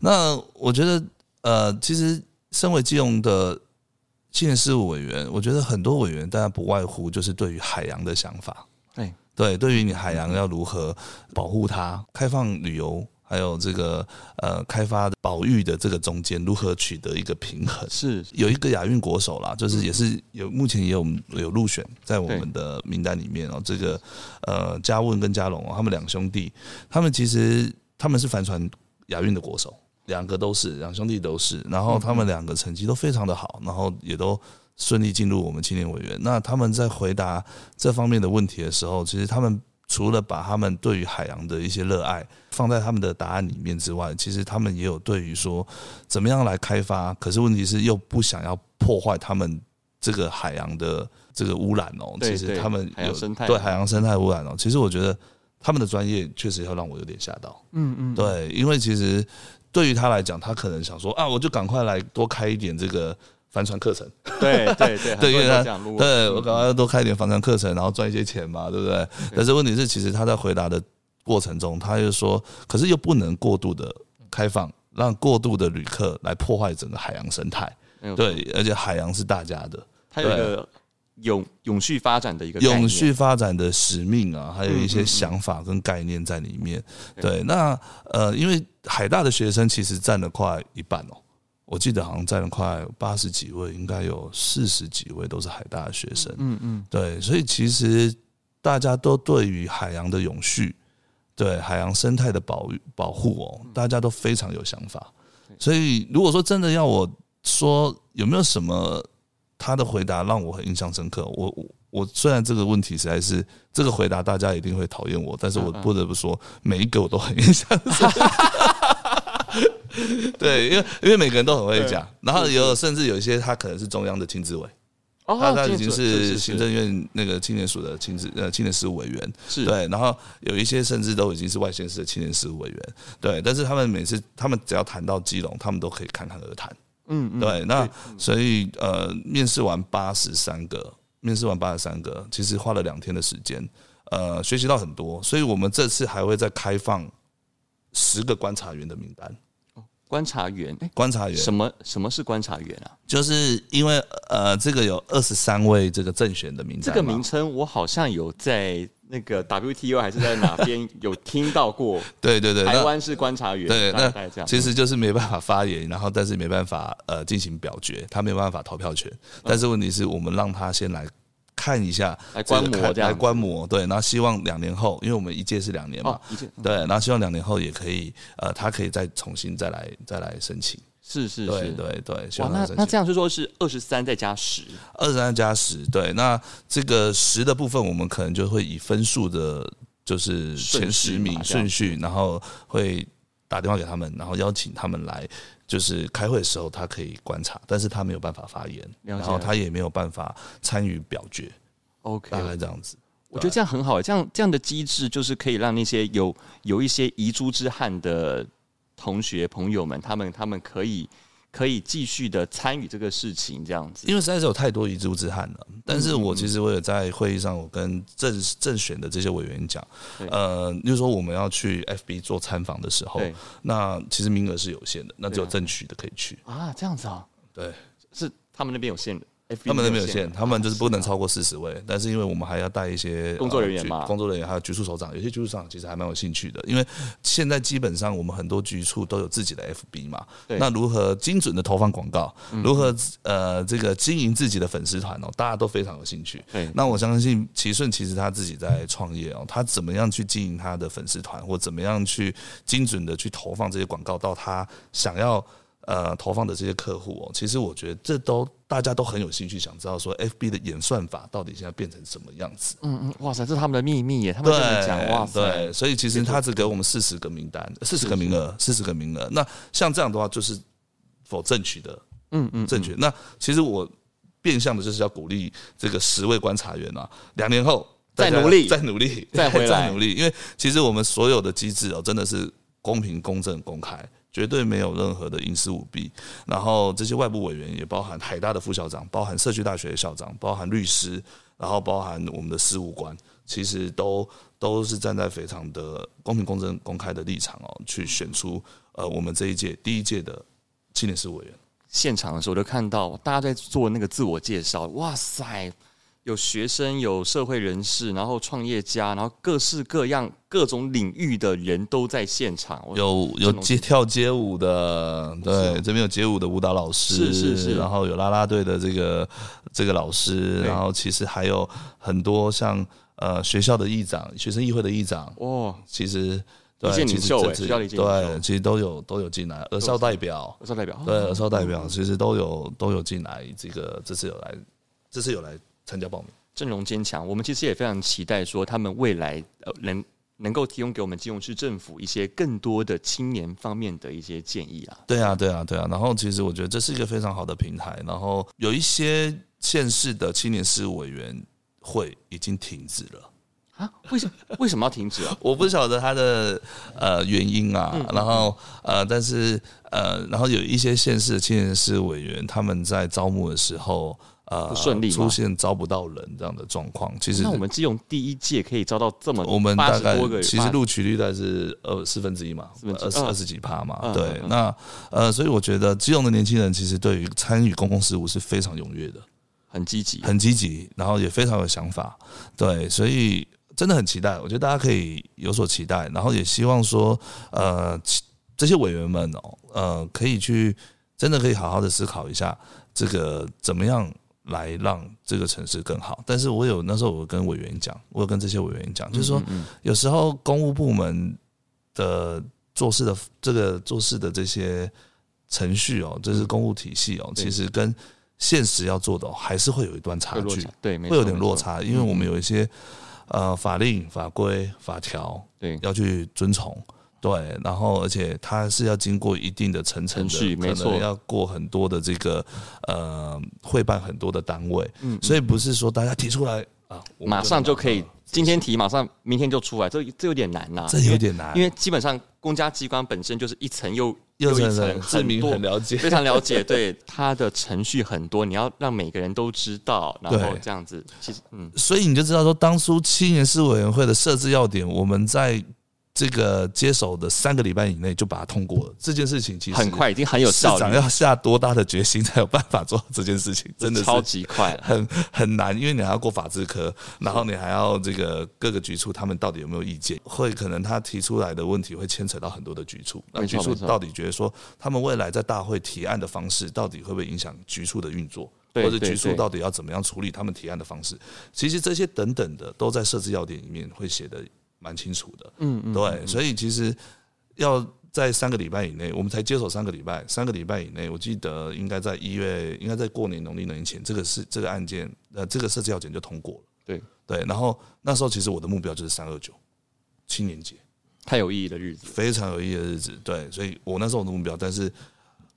[SPEAKER 2] 那我觉得，呃，其实身为基隆的青年事务委员，我觉得很多委员当然不外乎就是对于海洋的想法，
[SPEAKER 1] 哎，
[SPEAKER 2] 对，对于你海洋要如何保护它、开放旅游，还有这个呃开发保育的这个中间如何取得一个平衡。
[SPEAKER 1] 嗯是
[SPEAKER 2] 有一个亚运国手啦，就是也是有目前也有有入选在我们的名单里面哦、这个呃，嘉问跟嘉龙哦，他们两兄弟，他们其实他们是帆船亚运的国手，两个都是两兄弟都是，然后他们两个成绩都非常的好，然后也都顺利进入我们青年委员。那他们在回答这方面的问题的时候，其实他们除了把他们对于海洋的一些热爱放在他们的答案里面之外，其实他们也有对于说怎么样来开发，可是问题是又不想要破坏他们这个海洋的这个污染哦。
[SPEAKER 1] 对
[SPEAKER 2] 其实
[SPEAKER 1] 对
[SPEAKER 2] 他们
[SPEAKER 1] 海洋
[SPEAKER 2] 有
[SPEAKER 1] 生态
[SPEAKER 2] 对海洋生态污染哦，其实我觉得他们的专业确实要让我有点吓到。
[SPEAKER 1] 嗯嗯，
[SPEAKER 2] 对，因为其实对于他来讲，他可能想说啊，我就赶快来多开一点这个帆船课程。
[SPEAKER 1] 对 对对，很多
[SPEAKER 2] 对，因为
[SPEAKER 1] 人
[SPEAKER 2] 他
[SPEAKER 1] 都讲如果
[SPEAKER 2] 对我
[SPEAKER 1] 嗯
[SPEAKER 2] 赶快多开一点房产课程，然后赚一些钱嘛，对不对？但是问题是，其实他在回答的过程中，他又说，可是又不能过度的开放，让过度的旅客来破坏整个海洋生态。
[SPEAKER 1] 没有错
[SPEAKER 2] 对，而且海洋是大家的，
[SPEAKER 1] 它有一个永永续发展的一个概念
[SPEAKER 2] 永续发展的使命啊，还有
[SPEAKER 1] 嗯
[SPEAKER 2] 一
[SPEAKER 1] 嗯
[SPEAKER 2] 些
[SPEAKER 1] 嗯
[SPEAKER 2] 想法跟概念在里面。对，那呃，因为海大的学生其实占了快一半哦，我记得好像占了快八十几位，应该有四十几位都是海大的学生。
[SPEAKER 1] 嗯嗯，
[SPEAKER 2] 对，所以其实大家都对于海洋的永续，对海洋生态的保育保护哦，大家都非常有想法。所以如果说真的要我说有没有什么他的回答让我很印象深刻，我我我虽然这个问题实在是这个回答大家一定会讨厌我，但是我
[SPEAKER 1] 嗯嗯
[SPEAKER 2] 不得不说每一个我都很印象深刻。 对，因为因为每个人都很会讲，然后也有甚至有一些他可能是中央的亲自委，
[SPEAKER 1] 哦，
[SPEAKER 2] 他他已
[SPEAKER 1] 建
[SPEAKER 2] 经
[SPEAKER 1] 筑
[SPEAKER 2] 是行政院那个青年署的青职呃青年事务委员，
[SPEAKER 1] 是
[SPEAKER 2] 对，然后有一些甚至都已经是外县市的青年事务委员，对，但是他们每次他们只要谈到基隆，他们都可以侃侃而谈，
[SPEAKER 1] 嗯嗯
[SPEAKER 2] 对，那所以呃，面试完八十三个，面试完八十三个，其实花了两天的时间，呃，学习到很多，所以我们这次还会再开放十个观察员的名单，
[SPEAKER 1] 观察员，哎
[SPEAKER 2] 观察员
[SPEAKER 1] 什么什么是观察员啊？
[SPEAKER 2] 就是因为呃，这个有二十三位这个正选的名单
[SPEAKER 1] 这
[SPEAKER 2] 嘛，
[SPEAKER 1] 个名称我好像有在那个 WTO 还是在哪边有听到过，
[SPEAKER 2] 对 对对，
[SPEAKER 1] 台
[SPEAKER 2] 那
[SPEAKER 1] 湾是观察员，
[SPEAKER 2] 对，
[SPEAKER 1] 大概这
[SPEAKER 2] 那
[SPEAKER 1] 样。
[SPEAKER 2] 其实就是没办法发言，然后但是没办法呃进行表决，他没有办法投票权。但是问题是我们让他先来看一下
[SPEAKER 1] 嗯来
[SPEAKER 2] 这个
[SPEAKER 1] 观摩
[SPEAKER 2] 看
[SPEAKER 1] 这样
[SPEAKER 2] 来
[SPEAKER 1] 子
[SPEAKER 2] 观摩对，然后希望两年后，因为我们一届是两年嘛
[SPEAKER 1] 哦，，一件
[SPEAKER 2] 对，然后希望两年后也可以呃，他可以再重新再来再来申请，
[SPEAKER 1] 是是
[SPEAKER 2] 对
[SPEAKER 1] 是，
[SPEAKER 2] 对对，希
[SPEAKER 1] 哇，
[SPEAKER 2] 望他
[SPEAKER 1] 那
[SPEAKER 2] 申
[SPEAKER 1] 那
[SPEAKER 2] 请。
[SPEAKER 1] 这样就说是二十三再加十，
[SPEAKER 2] 二十三加十，对，那这个十的部分，我们可能就会以分数的，就是前十名
[SPEAKER 1] 顺
[SPEAKER 2] 顺序，然后会打电话给他们，然后邀请他们来，就是开会的时候他可以观察，但是他没有办法发言，
[SPEAKER 1] 了
[SPEAKER 2] 然
[SPEAKER 1] 解
[SPEAKER 2] 后他也没有办法参与表决，
[SPEAKER 1] OK，
[SPEAKER 2] 大概这样子。
[SPEAKER 1] 我觉得这样很好，这样这样的机制就是可以让那些有有一些遗珠之憾的同学朋友们，他们他们可以可以继续的参与这个事情，这样子。
[SPEAKER 2] 因为实在是有太多遗珠之憾了。但是我其实我也在会议上，我跟政政选的这些委员讲
[SPEAKER 1] 对，
[SPEAKER 2] 呃，就是说我们要去 FB 做参访的时候
[SPEAKER 1] 对，
[SPEAKER 2] 那其实名额是有限的，那只有正取的可以去。
[SPEAKER 1] 啊，这样子啊，
[SPEAKER 2] 对，
[SPEAKER 1] 是他们那边有限的，FB
[SPEAKER 2] 他们那边有
[SPEAKER 1] 限
[SPEAKER 2] 限，
[SPEAKER 1] 的，啊
[SPEAKER 2] 他们就是不能超过四十位。但是因为我们还要带一些
[SPEAKER 1] 工作人员
[SPEAKER 2] 呃局
[SPEAKER 1] 嘛
[SPEAKER 2] 工作人员还有局处首长，有些局处首长其实还蛮有兴趣的，因为现在基本上我们很多局处都有自己的 FB 嘛。
[SPEAKER 1] 对嗯
[SPEAKER 2] 那如何精准的投放广告，如何呃这个经营自己的粉丝团哦，大家都非常有兴趣。
[SPEAKER 1] 对
[SPEAKER 2] 那我相信奇顺其实他自己在创业哦，他怎么样去经营他的粉丝团，或怎么样去精准的去投放这些广告到他想要呃投放的这些客户哦，其实我觉得这都大家都很有兴趣，想知道说 FB 的演算法到底现在变成什么样子。
[SPEAKER 1] 嗯嗯，哇塞，这是他们的秘密耶，他们
[SPEAKER 2] 对
[SPEAKER 1] 这么讲，哇塞
[SPEAKER 2] 对，，所以其实他只给我们四十个名单，四十个名额，四十个名额。那像这样的话，就是否正取的
[SPEAKER 1] 嗯嗯，
[SPEAKER 2] 正确。那其实我变相的就是要鼓励这个十位观察员啊，两年后
[SPEAKER 1] 再
[SPEAKER 2] 大家
[SPEAKER 1] 努力
[SPEAKER 2] 再努力，
[SPEAKER 1] 再回来
[SPEAKER 2] 再努力。因为其实我们所有的机制哦，真的是公平、公正、公开，绝对没有任何的因私舞弊。然后这些外部委员也包含海大的副校长，包含社区大学的校长，包含律师，然后包含我们的事务官，其实都都是站在非常的公平、公正、公开的立场哦，去选出呃我们这一届第一届的青年事务委员。
[SPEAKER 1] 现场的时候，我就看到大家在做那个自我介绍，哇塞，有学生，有社会人士，然后创业家，然后各式各样、各种领域的人都在现场。我
[SPEAKER 2] 有有街跳街舞的，对，这边有街舞的舞蹈老
[SPEAKER 1] 是
[SPEAKER 2] 师，
[SPEAKER 1] 是是
[SPEAKER 2] 然后有啦啦队的这个这个老师，
[SPEAKER 1] 对
[SPEAKER 2] 然后其实还有很多像呃学校的议长、学生议会的议长，
[SPEAKER 1] 哦，
[SPEAKER 2] 其实
[SPEAKER 1] 意
[SPEAKER 2] 对，
[SPEAKER 1] 见领
[SPEAKER 2] 其实
[SPEAKER 1] 袖
[SPEAKER 2] 这
[SPEAKER 1] 欸
[SPEAKER 2] 次
[SPEAKER 1] 学校的意见领袖
[SPEAKER 2] 对，其实都有都有进来，儿少代表，
[SPEAKER 1] 我说代表
[SPEAKER 2] 对，儿少代
[SPEAKER 1] 嗯
[SPEAKER 2] 表其实都有都有进来，这个这次有来，这次有来参加报名。
[SPEAKER 1] 阵容坚强，我们其实也非常期待说他们未来呃能能够提供给我们基隆市政府一些更多的青年方面的一些建议 啊。
[SPEAKER 2] 对啊，对啊，对啊。然后其实我觉得这是一个非常好的平台。然后有一些县市的青年事务委员会已经停止了，
[SPEAKER 1] 啊，为什为什么要停止 啊？
[SPEAKER 2] 我不晓得它的呃原因啊。然后呃，但是呃，然后有一些县市的青年事务委员他们在招募的时候。呃，
[SPEAKER 1] 不顺利吗
[SPEAKER 2] 出现招不到人这样的状况，其实
[SPEAKER 1] 那我们基隆第一届可以招到这么
[SPEAKER 2] 我们大
[SPEAKER 1] 八
[SPEAKER 2] 概
[SPEAKER 1] 十多个人，
[SPEAKER 2] 其实录取率大概是二四分之一嘛
[SPEAKER 1] 四分，之一
[SPEAKER 2] 二十
[SPEAKER 1] 嗯
[SPEAKER 2] 二十几趴嘛
[SPEAKER 1] 嗯。
[SPEAKER 2] 对
[SPEAKER 1] 嗯，嗯
[SPEAKER 2] 那呃，所以我觉得基隆的年轻人其实对于参与公共事务是非常踊跃的，
[SPEAKER 1] 很积极，
[SPEAKER 2] 很积极，然后也非常有想法。对，所以真的很期待，我觉得大家可以有所期待，然后也希望说，呃，其这些委员们哦，呃，可以去真的可以好好的思考一下，这个怎么样来让这个城市更好。但是我有那时候我跟委员讲，我有跟这些委员讲，就是说。
[SPEAKER 1] 嗯，嗯嗯
[SPEAKER 2] 有时候公务部门的做事的这个做事的这些程序哦，就是公务体系哦，
[SPEAKER 1] 对
[SPEAKER 2] 其实跟现实要做的、哦、还是会有一段差
[SPEAKER 1] 会落
[SPEAKER 2] 距
[SPEAKER 1] 差，对，没
[SPEAKER 2] 会有
[SPEAKER 1] 错
[SPEAKER 2] 点
[SPEAKER 1] 没
[SPEAKER 2] 落
[SPEAKER 1] 错嗯
[SPEAKER 2] 差，因为我们有一些呃法令、法规、法条
[SPEAKER 1] 对
[SPEAKER 2] 要去遵从。对，然后而且它是要经过一定的层层的，
[SPEAKER 1] 程序没
[SPEAKER 2] 可
[SPEAKER 1] 错
[SPEAKER 2] 能要过很多的这个呃会办很多的单位，
[SPEAKER 1] 嗯嗯
[SPEAKER 2] 所以不是说大家提出来啊，我们
[SPEAKER 1] 马上就可以
[SPEAKER 2] 马上，
[SPEAKER 1] 今天提，马上明天就出来，这这有点难呐、
[SPEAKER 2] 这有点难，
[SPEAKER 1] 因为，因为基本上公家机关本身就是一层又
[SPEAKER 2] 又
[SPEAKER 1] 一
[SPEAKER 2] 是
[SPEAKER 1] 层，
[SPEAKER 2] 志明
[SPEAKER 1] 多
[SPEAKER 2] 很了解，
[SPEAKER 1] 非常了解，对它的程序很多，你要让每个人都知道，然后
[SPEAKER 2] 对
[SPEAKER 1] 这样子，其实嗯，
[SPEAKER 2] 所以你就知道说，当初青年事委员会的设置要点，我们在这个接手的三个礼拜以内就把它通过了。这件事情其实
[SPEAKER 1] 很快已经很有
[SPEAKER 2] 市
[SPEAKER 1] 效
[SPEAKER 2] 长
[SPEAKER 1] 率，
[SPEAKER 2] 要下多大的决心才有办法做到这件 事情，真的是
[SPEAKER 1] 超级快了。
[SPEAKER 2] 很很难，因为你还要过法制科，然后你还要这个各个局处他们到底有没有意见，会可能他提出来的问题会牵扯到很多的局处，那
[SPEAKER 1] 没错
[SPEAKER 2] 局处
[SPEAKER 1] 没错
[SPEAKER 2] 到底觉得说他们未来在大会提案的方式，到底会不会影响局处的运作，
[SPEAKER 1] 对
[SPEAKER 2] 或者
[SPEAKER 1] 对
[SPEAKER 2] 局处
[SPEAKER 1] 对
[SPEAKER 2] 到底要怎么样处理他们提案的方式，其实这些等等的都在设置要点里面会写的蛮清楚的，
[SPEAKER 1] 嗯嗯，
[SPEAKER 2] 对，所以其实要在三个礼拜以内，我们才接手三个礼拜，三个礼拜以内，我记得应该在一月，应该在过年农历年前，这个是这个案件，呃，这个设计要件就通过了。
[SPEAKER 1] 对
[SPEAKER 2] 对，然后那时候其实我的目标就是三二九青年节，
[SPEAKER 1] 太有意义的日子，
[SPEAKER 2] 非常有意义的日子。对，所以我那时候我的目标，但是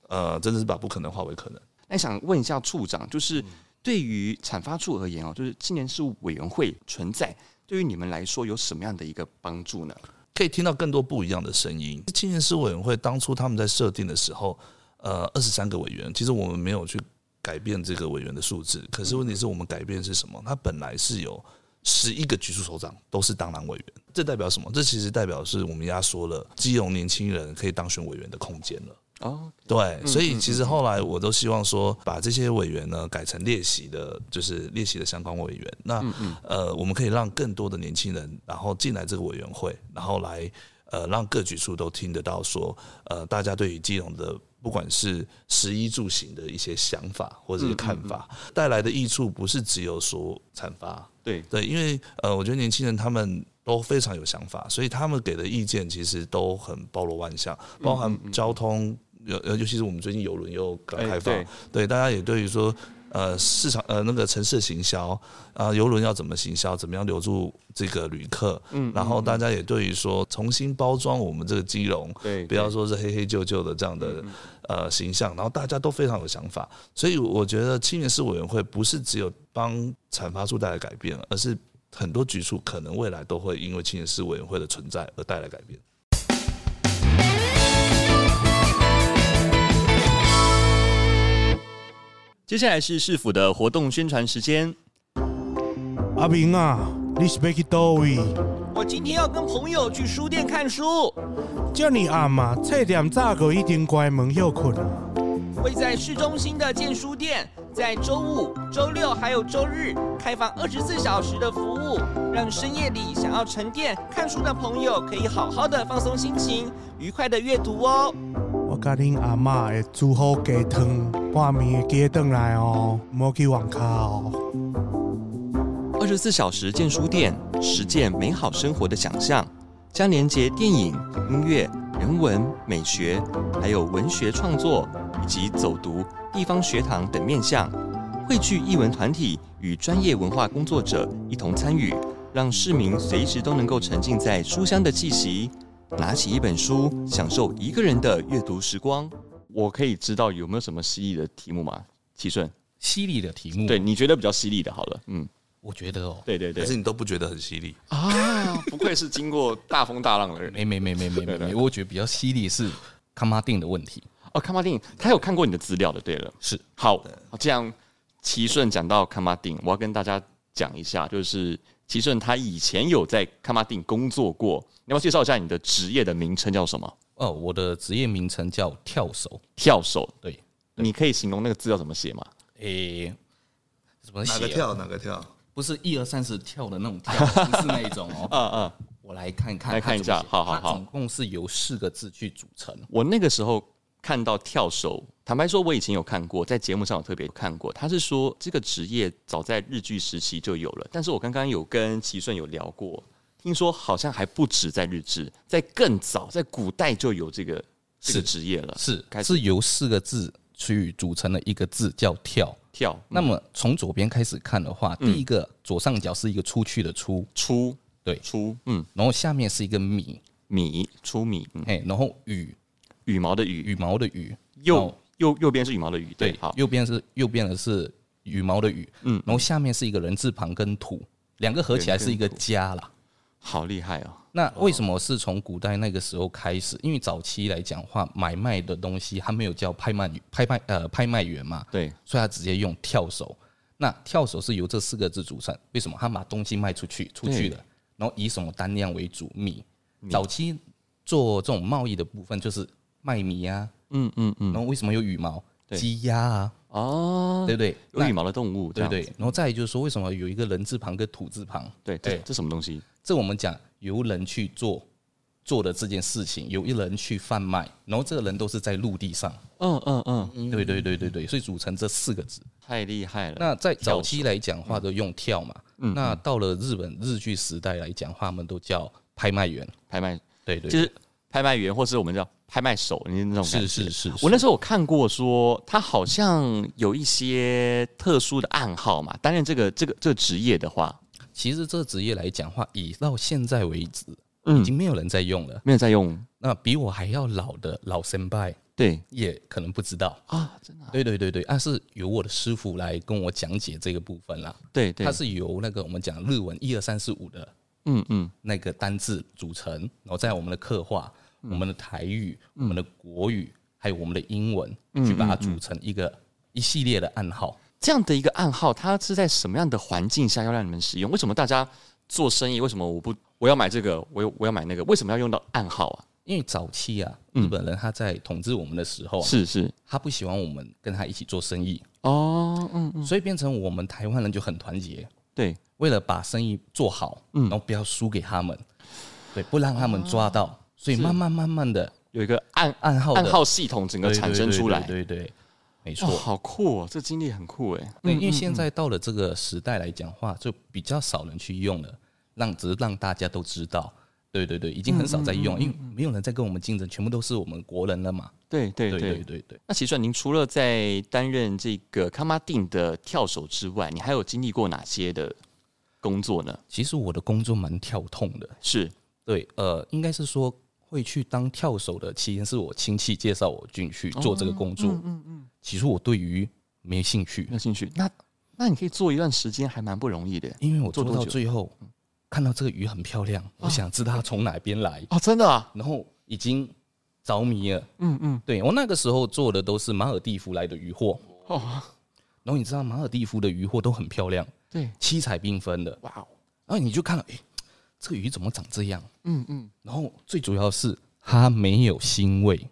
[SPEAKER 2] 呃，真的是把不可能化为可能。
[SPEAKER 1] 那想问一下处长，就是对于产发处而言哦，就是青年事务委员会存在，对于你们来说有什么样的一个帮助呢？
[SPEAKER 2] 可以听到更多不一样的声音。青年事委员会当初他们在设定的时候，呃，二十三个委员，其实我们没有去改变这个委员的数字，可是问题是我们改变是什么？它本来是有十一个局处首长都是当然委员，这代表什么？这其实代表是我们压缩了基隆年轻人可以当选委员的空间了。
[SPEAKER 1] 哦，
[SPEAKER 2] 对，所以其实后来我都希望说，把这些委员呢改成列席的，就是列席的相关委员。那呃，我们可以让更多的年轻人，然后进来这个委员会，然后来呃，让各局处都听得到说，呃，大家对于基隆的不管是食衣住行的一些想法或者是看法，带来的益处不是只有说产发，
[SPEAKER 1] 对，
[SPEAKER 2] 对，因为呃，我觉得年轻人他们都非常有想法，所以他们给的意见其实都很包罗万象，包含交通，尤、呃尤其是我们最近游轮又刚
[SPEAKER 1] 哎
[SPEAKER 2] 开放，
[SPEAKER 1] 对
[SPEAKER 2] 对大家也对于说。呃，市场呃那个城市的行销啊，呃游、轮要怎么行销，怎么样留住这个旅客，嗯，然后大家也对于说重新包装我们这个基隆，
[SPEAKER 1] 对
[SPEAKER 2] 不
[SPEAKER 1] 对嗯
[SPEAKER 2] 要说是黑黑旧旧的这样的呃形象，然后大家都非常有想法，所以我觉得青年事委员会不是只有帮产发处带来改变，而是很多局处可能未来都会因为青年事委员会的存在而带来改变。
[SPEAKER 1] 接下来是市府的活动宣传时间。
[SPEAKER 4] 阿明啊，你是要去倒位？
[SPEAKER 5] 我今天要跟朋友去书店看书，
[SPEAKER 4] 遮尔暗啊，册店早就已经关门休困啊。
[SPEAKER 5] 会在市中心的建书店，在周五、周六还有周日开放二十四小时的服务，让深夜里想要沉淀看书的朋友可以好好的放松心情，愉快的阅读哦。
[SPEAKER 4] 我甲恁阿嬷会煮好鸡汤，半暝会记转来哦，毋好去网咖哦。
[SPEAKER 1] 二十四小时见书店，实践美好生活的想象，将连接电影、音乐、人文、美学，还有文学创作以及走读、地方学堂等面向，汇聚艺文团体与专业文化工作者一同参与，让市民随时都能够沉浸在书香的气息，拿起一本书，享受一个人的阅读时光。我可以知道有没有什么犀利的题目吗？齐顺，
[SPEAKER 3] 犀利的题目，
[SPEAKER 1] 对，你觉得比较犀利的，好了，嗯，
[SPEAKER 3] 我觉得哦，
[SPEAKER 1] 对对对
[SPEAKER 2] 可是你都不觉得很犀利？
[SPEAKER 1] 啊， 不愧是经过大风大浪的人。
[SPEAKER 3] 没没没没没没没，我觉得比较犀利是康巴定的问题。
[SPEAKER 1] 哦，康巴丁，他有看过你的资料的，对了，
[SPEAKER 3] 是
[SPEAKER 1] 好。这样，齐顺讲到康巴丁，我要跟大家讲一下，就是齐顺他以前有在康巴丁工作过，你要不要介绍一下你的职业的名称叫什么？
[SPEAKER 3] 哦，我的职业名称叫跳手，
[SPEAKER 1] 跳手，
[SPEAKER 3] 对，
[SPEAKER 1] 你可以形容那个字要怎么写吗？
[SPEAKER 3] 诶，怎么写
[SPEAKER 2] 哪
[SPEAKER 3] 啊
[SPEAKER 2] 个？跳？哪个跳？
[SPEAKER 3] 不是一二三四跳的那种跳，不是那一种哦。
[SPEAKER 1] 嗯嗯，
[SPEAKER 3] 我来看看，
[SPEAKER 1] 来看一下
[SPEAKER 3] 它怎么写
[SPEAKER 1] 好好好
[SPEAKER 3] 它总共是由四个字去组成。
[SPEAKER 1] 我那个时候看到跳手，坦白说，我以前有看过，在节目上有特别看过。他是说这个职业早在日剧时期就有了，但是我刚刚有跟齐顺有聊过，听说好像还不止在日志，在更早，在古代就有这个这个
[SPEAKER 3] 是
[SPEAKER 1] 职业了，
[SPEAKER 3] 是
[SPEAKER 1] 开始
[SPEAKER 3] 是由四个字去组成的一个字叫跳。
[SPEAKER 1] 跳。嗯
[SPEAKER 3] 那
[SPEAKER 1] 么
[SPEAKER 3] 么从左边开始看的话，
[SPEAKER 1] 嗯
[SPEAKER 3] 第一个左上角是一个出去的出，
[SPEAKER 1] 出
[SPEAKER 3] 对
[SPEAKER 1] 出嗯
[SPEAKER 3] 然后下面是一个米，
[SPEAKER 1] 米出米、嗯、
[SPEAKER 3] 哎，然后羽
[SPEAKER 1] 羽毛的羽
[SPEAKER 3] 羽毛的羽，
[SPEAKER 1] 右
[SPEAKER 3] 哦
[SPEAKER 1] 右右边是羽毛的羽对
[SPEAKER 3] 对，
[SPEAKER 1] 好
[SPEAKER 3] 右边是右边的是羽毛的羽，嗯，然后下面是一个人字旁跟土，两个合起来是一个家啦。
[SPEAKER 1] 好厉害哦
[SPEAKER 3] 那为什么是从古代那个时候开始？因为早期来讲话，买卖的东西它没有叫拍卖拍卖呃拍卖员嘛，
[SPEAKER 1] 对
[SPEAKER 3] 所以他直接用跳手。那跳手是由这四个字组成，为什么？他把东西卖出去，出去
[SPEAKER 1] 嗯
[SPEAKER 3] 了，然后以什么单量为主？米。早期做这种贸易的部分就是卖米啊，
[SPEAKER 1] 嗯嗯嗯
[SPEAKER 3] 然后为什么有羽毛？
[SPEAKER 1] 对
[SPEAKER 3] 鸡鸭啊，
[SPEAKER 1] 哦
[SPEAKER 3] 对不对？
[SPEAKER 1] 有
[SPEAKER 3] 那
[SPEAKER 1] 羽毛的动物这
[SPEAKER 3] 对
[SPEAKER 1] 样
[SPEAKER 3] 对
[SPEAKER 1] 子。
[SPEAKER 3] 然后再来就是说，为什么有一个人字旁跟土字旁？
[SPEAKER 1] 对这
[SPEAKER 3] 对
[SPEAKER 1] 这什么东西
[SPEAKER 3] 这我们讲由人去做做的这件事情，由一人去贩卖，然后这个人都是在陆地上。
[SPEAKER 1] 嗯嗯嗯
[SPEAKER 3] 对对对对对，所以组成这四个字。
[SPEAKER 1] 太厉害了。
[SPEAKER 3] 那在早期来讲话都用跳嘛，
[SPEAKER 1] 嗯
[SPEAKER 3] 那到了日本日剧时代来讲话，他们都叫拍卖员。
[SPEAKER 1] 拍卖
[SPEAKER 3] 对对，
[SPEAKER 1] 就
[SPEAKER 3] 对
[SPEAKER 1] 是拍卖员，或是我们叫拍卖手，你那种感觉。
[SPEAKER 3] 是是是，
[SPEAKER 1] 我
[SPEAKER 3] 是
[SPEAKER 1] 那时候有看过说他好像有一些特殊的暗号嘛，担任这个这个这个职业的话，
[SPEAKER 3] 其实这职业来讲话，以到现在为止，
[SPEAKER 1] 嗯
[SPEAKER 3] 已经没有人在用了。
[SPEAKER 1] 没有在用。
[SPEAKER 3] 那比我还要老的老先辈
[SPEAKER 1] 对
[SPEAKER 3] 也可能不知道。
[SPEAKER 1] 啊，真的啊、
[SPEAKER 3] 对对对对，啊，是由我的师傅来跟我讲解这个部分啦。
[SPEAKER 1] 对对，
[SPEAKER 3] 它是由那个我们讲日文一二三四五的
[SPEAKER 1] 嗯嗯，
[SPEAKER 3] 那个单字组成，然后在我们的刻画、我们的台语、我们的国语，还有我们的英文，
[SPEAKER 1] 嗯
[SPEAKER 3] 去把它组成一个一系列的暗号。
[SPEAKER 1] 这样的一个暗号，它是在什么样的环境下要让你们使用？为什么大家做生意，为什么我不我要买这个，我要我要买那个，为什么要用到暗号啊？
[SPEAKER 3] 因为早期啊，日本人他在统治我们的时候
[SPEAKER 1] 嗯
[SPEAKER 3] 啊、
[SPEAKER 1] 是是
[SPEAKER 3] 他不喜欢我们跟他一起做生意，
[SPEAKER 1] 哦，嗯，
[SPEAKER 3] 所以变成我们台湾人就很团结，
[SPEAKER 1] 对，
[SPEAKER 3] 为了把生意做好，
[SPEAKER 1] 嗯
[SPEAKER 3] 然后不要输给他们，对，不让他们抓到，所以慢慢慢慢的
[SPEAKER 1] 有一个暗
[SPEAKER 3] 暗号的
[SPEAKER 1] 哦暗号系统整个
[SPEAKER 3] 对
[SPEAKER 1] 产生出来，
[SPEAKER 3] 对对对对对没
[SPEAKER 1] 哇，
[SPEAKER 3] 错。
[SPEAKER 1] 好酷哦，这经历很酷哎。
[SPEAKER 3] 对，因为现在到了这个时代来讲话，就比较少人去用了，让只是让大家都知道。对对对，已经很少在
[SPEAKER 1] 嗯
[SPEAKER 3] 用，因为没有人在跟我们竞争，全部都是我们国人了嘛。
[SPEAKER 1] 对对对
[SPEAKER 3] 对对对，
[SPEAKER 1] 那其实您除了在担任这个康马丁的跳手之外，你还有经历过哪些的工作呢？
[SPEAKER 3] 其实我的工作蛮跳痛的。
[SPEAKER 1] 是
[SPEAKER 3] 对，呃，应该是说会去当跳手的，其实是我亲戚介绍我进去做
[SPEAKER 1] 哦
[SPEAKER 3] 这个工作。嗯嗯其实我对于没兴趣
[SPEAKER 1] 没，有兴趣？那那你可以做一段时间，还蛮不容易的
[SPEAKER 3] 因为我
[SPEAKER 1] 做
[SPEAKER 3] 做
[SPEAKER 1] 多
[SPEAKER 3] 到
[SPEAKER 1] 久嗯啊
[SPEAKER 3] 最后，看到这个鱼很漂亮，我想知道它从哪边来，
[SPEAKER 1] 哦，真的啊，
[SPEAKER 3] 然后已经着迷了。嗯嗯，对我那个时候做的都是马尔蒂夫来的渔获。
[SPEAKER 1] 哦，
[SPEAKER 3] 然后你知道马尔蒂夫的渔获都很漂亮，
[SPEAKER 1] 对，
[SPEAKER 3] 七彩缤纷的，
[SPEAKER 1] 哇哦，
[SPEAKER 3] 然后你就看了，诶，这个鱼怎么长这样？
[SPEAKER 1] 嗯嗯，
[SPEAKER 3] 然后最主要是它没有腥味，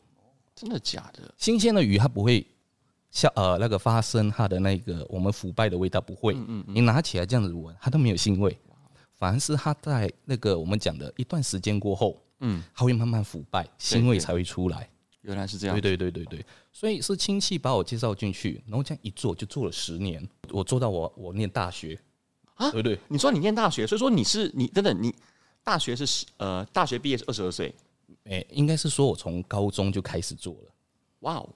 [SPEAKER 1] 真的假的？
[SPEAKER 3] 新鲜的鱼它不会像呃那个发生它的那个我们腐败的味道不会，你拿起来这样子闻，它都没有腥味，反而是它在那个我们讲的一段时间过后，
[SPEAKER 1] 嗯，
[SPEAKER 3] 它会慢慢腐败，腥味才会出来。
[SPEAKER 1] 原来是这样
[SPEAKER 3] 对。对对对对，所以是亲戚把我介绍进去，然后这样一做就做了十年，我做到我我念大学，
[SPEAKER 1] 啊
[SPEAKER 3] 对不对？
[SPEAKER 1] 你说你念大学，所以说你是你等等你大学是十呃大学毕业是二十二岁，
[SPEAKER 3] 诶、应该是说我从高中就开始做了。
[SPEAKER 1] 哇哦，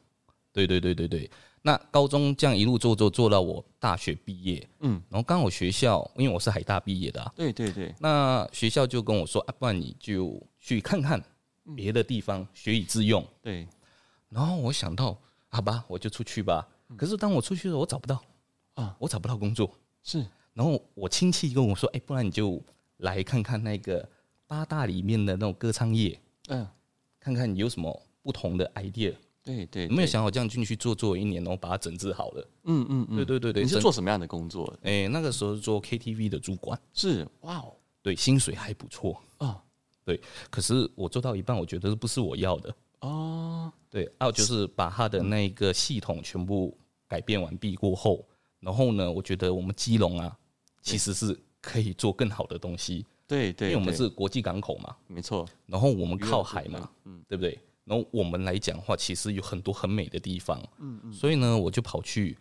[SPEAKER 3] 对对对对对。那高中这样一路做做做到我大学毕业，
[SPEAKER 1] 嗯
[SPEAKER 3] 嗯，然后刚好学校，因为我是海大毕业的、啊，
[SPEAKER 1] 对对对，
[SPEAKER 3] 那学校就跟我说啊，不然你就去看看别的地方，学以致用。
[SPEAKER 1] 对，
[SPEAKER 3] 然后我想到，好吧，我就出去吧。可是当我出去的时候，我找不到
[SPEAKER 1] 啊
[SPEAKER 3] 嗯啊，我找不到工作。
[SPEAKER 1] 是
[SPEAKER 3] 然后我亲戚跟我说，哎、不然你就来看看那个八大里面的那种歌唱业，
[SPEAKER 1] 嗯、
[SPEAKER 3] 看看你有什么不同的 idea。
[SPEAKER 1] 对对，
[SPEAKER 3] 有没
[SPEAKER 1] 对
[SPEAKER 3] 有想好这样进去做做一年，然后把它整治好了？
[SPEAKER 1] 嗯嗯嗯，
[SPEAKER 3] 对对对对，
[SPEAKER 1] 你是
[SPEAKER 3] 整
[SPEAKER 1] 做什么样的工作？
[SPEAKER 3] 哎、那个时候是做 KTV 的主管，
[SPEAKER 1] 是哇哦
[SPEAKER 3] 对，薪水还不错，
[SPEAKER 1] 啊
[SPEAKER 3] 可是我做到一半，我觉得不是我要的。
[SPEAKER 1] 哦
[SPEAKER 3] 对，还有就是把他的那个系统全部改变完毕过后，然后呢，我觉得我们基隆啊，其实是可以做更好的东西，
[SPEAKER 1] 对对，
[SPEAKER 3] 因为我们
[SPEAKER 1] 对
[SPEAKER 3] 是国际港口嘛，
[SPEAKER 1] 没错，
[SPEAKER 3] 然后我们靠
[SPEAKER 1] 娱乐
[SPEAKER 3] 海
[SPEAKER 1] 部分
[SPEAKER 3] 嘛，对不对？然后我们来讲的话，其实有很多很美的地方，嗯嗯，所以呢，我就跑去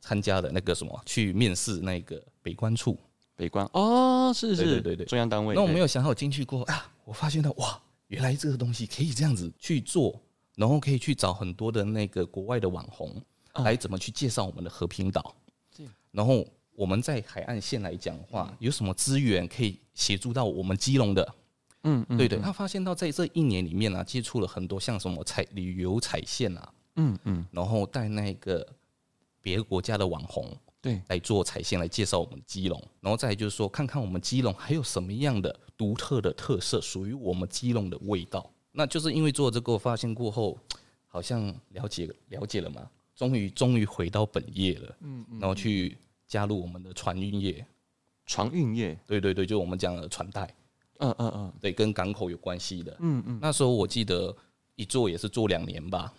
[SPEAKER 3] 参加了那个什么，去面试那个北关处。
[SPEAKER 1] 北关哦是是
[SPEAKER 3] 对对对对
[SPEAKER 1] 中央单位，
[SPEAKER 3] 那我没
[SPEAKER 1] 有
[SPEAKER 3] 有想好进去过啊，我发现到哇，原来这个东西可以这样子去做，然后可以去找很多的那个国外的网红
[SPEAKER 1] 哦
[SPEAKER 3] 来怎么去介绍我们的和平岛，然后我们在海岸线来讲话，有什么资源可以协助到我们基隆的？
[SPEAKER 1] 嗯嗯
[SPEAKER 3] 对对，他发现到在这一年里面呢、啊，接触了很多像什么彩旅游彩线啊，
[SPEAKER 1] 嗯嗯
[SPEAKER 3] 然后带那个别的国家的网红，
[SPEAKER 1] 对
[SPEAKER 3] 来做彩线来介绍我们基隆，然后再来就是说看看我们基隆还有什么样的独特的特色，属于我们基隆的味道。那就是因为做这个发现过后，好像了解了解了嘛，终于终于回到本业了，嗯，然后去加入我们的船运业，
[SPEAKER 1] 船运业，
[SPEAKER 3] 对对对，就我们讲的船带，
[SPEAKER 1] 嗯嗯嗯
[SPEAKER 3] 对，跟港口有关系的。
[SPEAKER 1] 嗯嗯，
[SPEAKER 3] 那时候我记得一做也是做两年吧，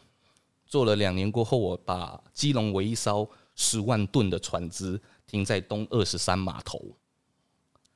[SPEAKER 3] 做了两年过后，我把基隆唯一艘十万吨的船只停在东二十三码头，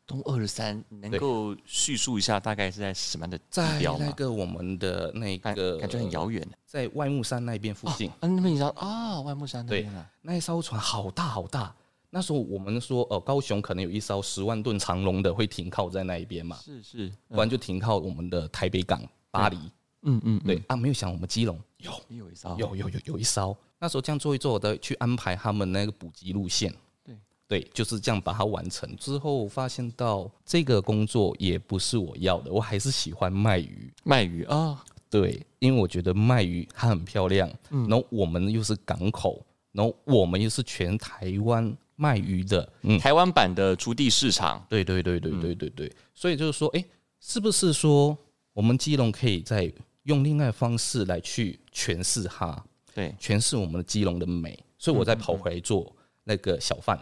[SPEAKER 1] 东二十三，你能
[SPEAKER 3] 对
[SPEAKER 1] 够叙述一下大概是在什么样的地
[SPEAKER 3] 在
[SPEAKER 1] 标
[SPEAKER 3] 那
[SPEAKER 1] 吗？
[SPEAKER 3] 个我们的那
[SPEAKER 1] 感
[SPEAKER 3] 个
[SPEAKER 1] 感觉很，遥远，
[SPEAKER 3] 在外木山那边附近，
[SPEAKER 1] 啊，那边你知道啊，万木山那边啊，
[SPEAKER 3] 那一艘船好大好大。那时候我们说，呃，高雄可能有一艘十万吨长龙的会停靠在那一边嘛，
[SPEAKER 1] 是是，
[SPEAKER 3] 不然就停靠我们的台北港、巴黎。
[SPEAKER 1] 嗯嗯，嗯
[SPEAKER 3] 对、啊，没有想我们基隆有
[SPEAKER 1] 也有一哦艘，
[SPEAKER 3] 有有有有一艘，那时候这样做一做的去安排他们那个补给路线。
[SPEAKER 1] 对
[SPEAKER 3] 对，就是这样把它完成之后，发现到这个工作也不是我要的，我还是喜欢卖鱼。
[SPEAKER 1] 卖鱼啊，
[SPEAKER 3] 对，因为我觉得卖鱼它很漂亮，然后我们又是港口，然后我们又是全台湾卖鱼的，嗯，
[SPEAKER 1] 台湾版的竹地市场，
[SPEAKER 3] 对对对对对对对，所以就是说，哎、是不是说我们基隆可以再用另外的方式来去诠释它？
[SPEAKER 1] 对
[SPEAKER 3] 全是我们的基隆的美，所以我再跑回来做那个小贩。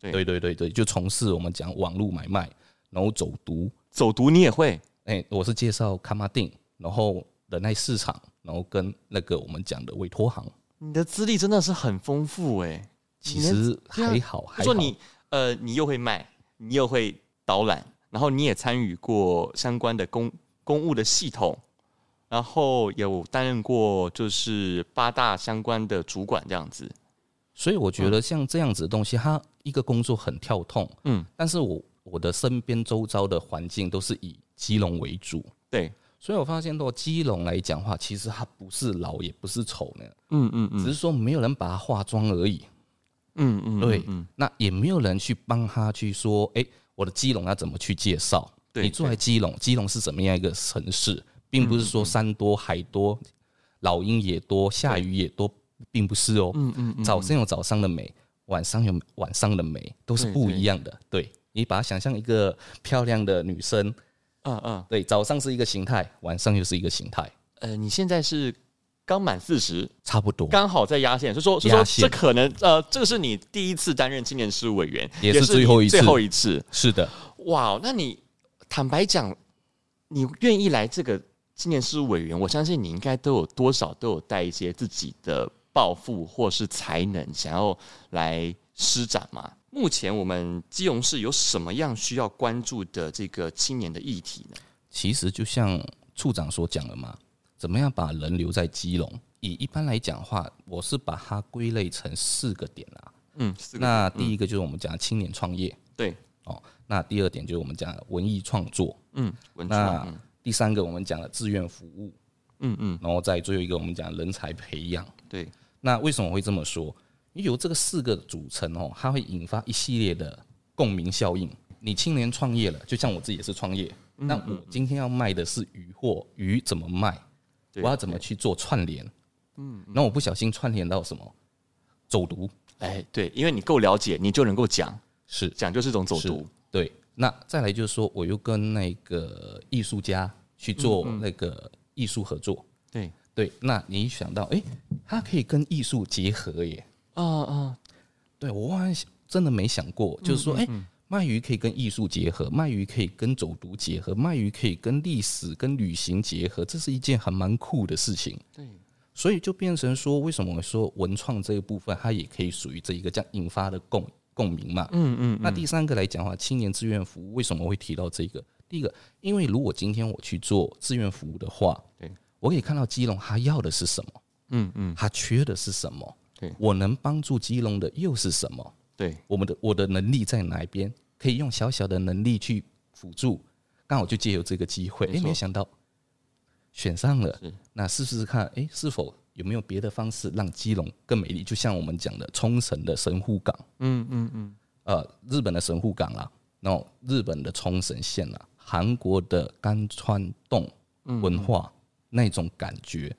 [SPEAKER 1] 对
[SPEAKER 3] 对对对对，就从事我们讲网络买卖，然后走读。
[SPEAKER 1] 走读你也会，
[SPEAKER 3] 哎、我是介绍卡马丁，然后忍耐市场，然后跟那个我们讲的委托行，
[SPEAKER 1] 你的资历真的是很丰富哎。
[SPEAKER 3] 其实
[SPEAKER 1] 对啊
[SPEAKER 3] 还好，还
[SPEAKER 1] 说
[SPEAKER 3] 好。
[SPEAKER 1] 你呃，你又会卖，你又会导览，然后你也参与过相关的公公务的系统，然后有担任过就是八大相关的主管这样子。
[SPEAKER 3] 所以我觉得像这样子的东西，它一个工作很跳痛，
[SPEAKER 1] 嗯
[SPEAKER 3] 嗯，但是我我的身边周遭的环境都是以基隆为主，
[SPEAKER 1] 对，
[SPEAKER 3] 所以我发现到基隆来讲话，其实它不是老也不是丑呢，
[SPEAKER 1] 嗯嗯嗯
[SPEAKER 3] 只是说没有人把它化妆而已，
[SPEAKER 1] 嗯嗯，
[SPEAKER 3] 对
[SPEAKER 1] 嗯嗯
[SPEAKER 3] 那也没有人去帮他去说，哎、我的基隆要怎么去介绍？
[SPEAKER 1] 对
[SPEAKER 3] 你住在基隆，基隆是怎么样一个城市，并不是说山多海多，老鹰也多，下雨也多，并不是哦。
[SPEAKER 1] 嗯嗯嗯，
[SPEAKER 3] 早上有早上的美，晚上有晚上的美，都是
[SPEAKER 1] 对
[SPEAKER 3] 不
[SPEAKER 1] 对
[SPEAKER 3] 一样的。对你把它想象一个漂亮的女生，
[SPEAKER 1] 嗯嗯，
[SPEAKER 3] 对，早上是一个形态，晚上又是一个形态。
[SPEAKER 1] 呃，你现在是刚满四十，
[SPEAKER 3] 差不多，
[SPEAKER 1] 刚好在压线，就说就说
[SPEAKER 3] 压线
[SPEAKER 1] 这可能呃，这个是你第一次担任青年事务委员，
[SPEAKER 3] 也是
[SPEAKER 1] 是
[SPEAKER 3] 最后一
[SPEAKER 1] 你
[SPEAKER 3] 次
[SPEAKER 1] 最后一次。
[SPEAKER 3] 是的，
[SPEAKER 1] 哇，那你坦白讲，你愿意来这个青年事务委员，我相信你应该都有多少都有带一些自己的抱负或是才能，想要来施展嘛。目前我们基隆市有什么样需要关注的这个青年的议题呢？
[SPEAKER 3] 其实就像处长所讲的嘛，怎么样把人留在基隆？以一般来讲的话，我是把它归类成四个点啦。
[SPEAKER 1] 嗯，四个
[SPEAKER 3] 那第一个就是我们讲的青年创业，
[SPEAKER 1] 对，
[SPEAKER 3] 哦，那第二点就是我们讲的文艺创作，
[SPEAKER 1] 嗯，文
[SPEAKER 3] 那
[SPEAKER 1] 创，嗯
[SPEAKER 3] 第三个我们讲的志愿服务，
[SPEAKER 1] 嗯嗯，
[SPEAKER 3] 然后再最后一个我们讲人才培养。
[SPEAKER 1] 对，
[SPEAKER 3] 那为什么会这么说？因为有这个四个组成哦，它会引发一系列的共鸣效应。你青年创业了，就像我自己也是创业，那我今天要卖的是鱼货，鱼怎么卖？
[SPEAKER 1] 对
[SPEAKER 3] 我要怎么去做串联？嗯，那我不小心串联到什么走读
[SPEAKER 1] 哎，对，因为你够了解，你就能够讲，
[SPEAKER 3] 是
[SPEAKER 1] 讲就是一种走读，
[SPEAKER 3] 对，那再来就是说，我又跟那个艺术家去做那个艺术合作。
[SPEAKER 1] 对，
[SPEAKER 3] 对，那你一想到，诶，它可以跟艺术结合耶。
[SPEAKER 1] 啊啊，
[SPEAKER 3] 对我万万想真的没想过，
[SPEAKER 1] 嗯
[SPEAKER 3] 就是说，诶，卖鱼可以跟艺术结合，卖鱼可以跟走读结合，卖鱼可以跟历史、跟旅行结合，这是一件还蛮酷的事情。
[SPEAKER 1] 对，
[SPEAKER 3] 所以就变成说，为什么我说文创这一部分，它也可以属于这一个这样引发的共共鸣嘛？
[SPEAKER 1] 嗯嗯，
[SPEAKER 3] 那第三个来讲的话，青年志愿服务为什么会提到这个？第一个，因为如果今天我去做志愿服务的话，
[SPEAKER 1] 对
[SPEAKER 3] 我可以看到基隆他要的是什么，
[SPEAKER 1] 嗯嗯，
[SPEAKER 3] 他缺的是什么，
[SPEAKER 1] 对
[SPEAKER 3] 我能帮助基隆的又是什么？
[SPEAKER 1] 对，
[SPEAKER 3] 我们的我的能力在哪一边？可以用小小的能力去辅助，刚好就借由这个机会，
[SPEAKER 1] 没
[SPEAKER 3] 诶，
[SPEAKER 1] 错
[SPEAKER 3] 没想到选上了
[SPEAKER 1] 是，
[SPEAKER 3] 那试试看，诶，是否有没有别的方式让基隆更美丽？就像我们讲的冲绳的神户港，
[SPEAKER 1] 嗯嗯嗯，
[SPEAKER 3] 呃，日本的神户港啦，然后日本的冲绳县啦，韩国的甘川洞文化、那种感觉，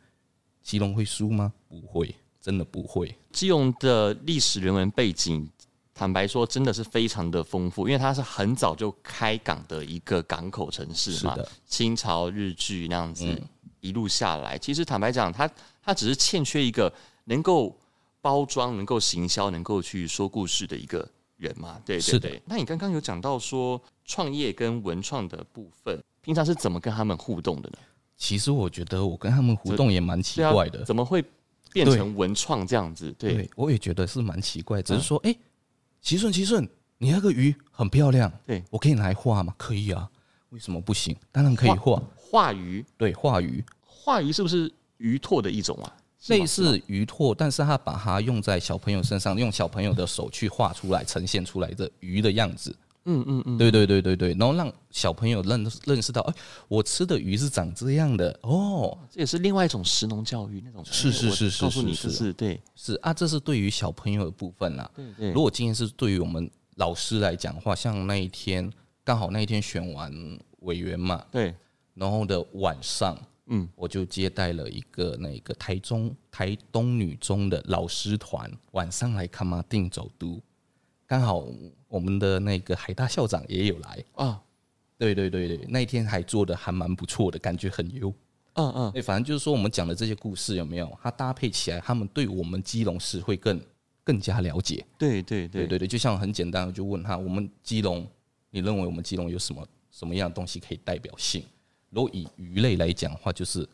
[SPEAKER 3] 基隆会输吗？不会，真的不会。
[SPEAKER 1] 基隆的历史人文背景，坦白说真的是非常的丰富，因为它是很早就开港的一个港口城市
[SPEAKER 3] 是
[SPEAKER 1] 嘛，
[SPEAKER 3] 的，嗯
[SPEAKER 1] 清朝日据那样子、一路下来，其实坦白讲，它它只是欠缺一个能够包装、能够行销、能够去说故事的一个人嘛。对对
[SPEAKER 3] 是的
[SPEAKER 1] 对。那你刚刚有讲到说创业跟文创的部分，平常是怎么跟他们互动的呢？
[SPEAKER 3] 其实我觉得我跟他们互动也蛮奇怪的，
[SPEAKER 1] 怎么会变成文创这样子？对，嗯
[SPEAKER 3] 我也觉得是蛮奇怪，只是说，哎、奇顺奇顺，你那个鱼很漂亮，
[SPEAKER 1] 对
[SPEAKER 3] 我可以拿来画吗？可以啊，为什么不行？当然可以画，
[SPEAKER 1] 画鱼，
[SPEAKER 3] 对，画鱼
[SPEAKER 1] 画鱼是不是鱼拓的一种啊？是吗
[SPEAKER 3] 类似鱼拓，但是他把它用在小朋友身上，用小朋友的手去画出来，呈现出来的鱼的样子。
[SPEAKER 1] 嗯嗯嗯，
[SPEAKER 3] 对对对对对，然后让小朋友认认识到，哎，我吃的鱼是长这样的哦，
[SPEAKER 1] 这也是另外一种食农教育那种。
[SPEAKER 3] 是是是是
[SPEAKER 1] 我告诉你
[SPEAKER 3] 是
[SPEAKER 1] 这
[SPEAKER 3] 是
[SPEAKER 1] 是对
[SPEAKER 3] 是啊，这是对于小朋友的部分啦。
[SPEAKER 1] 对对
[SPEAKER 3] 如果今天是对于我们老师来讲的话，像那一天刚好那一天选完委员嘛，
[SPEAKER 1] 对，
[SPEAKER 3] 然后的晚上，
[SPEAKER 1] 嗯，
[SPEAKER 3] 我就接待了一个那个台中台东女中的老师团，晚上来看马定走读，刚好我们的那个海大校长也有来，
[SPEAKER 1] 啊，
[SPEAKER 3] 对对对对，那一天还做的还蛮不错的，感觉很优。
[SPEAKER 1] 嗯嗯，
[SPEAKER 3] 对，反正就是说我们讲的这些故事有没有，它搭配起来，他们对我们基隆市会更更加了解。
[SPEAKER 1] 对对
[SPEAKER 3] 对
[SPEAKER 1] 对
[SPEAKER 3] 对对，就像很简单，我就问他，我们基隆，你认为我们基隆有什么什么样的东西可以代表性？如果以鱼类来讲的话，就是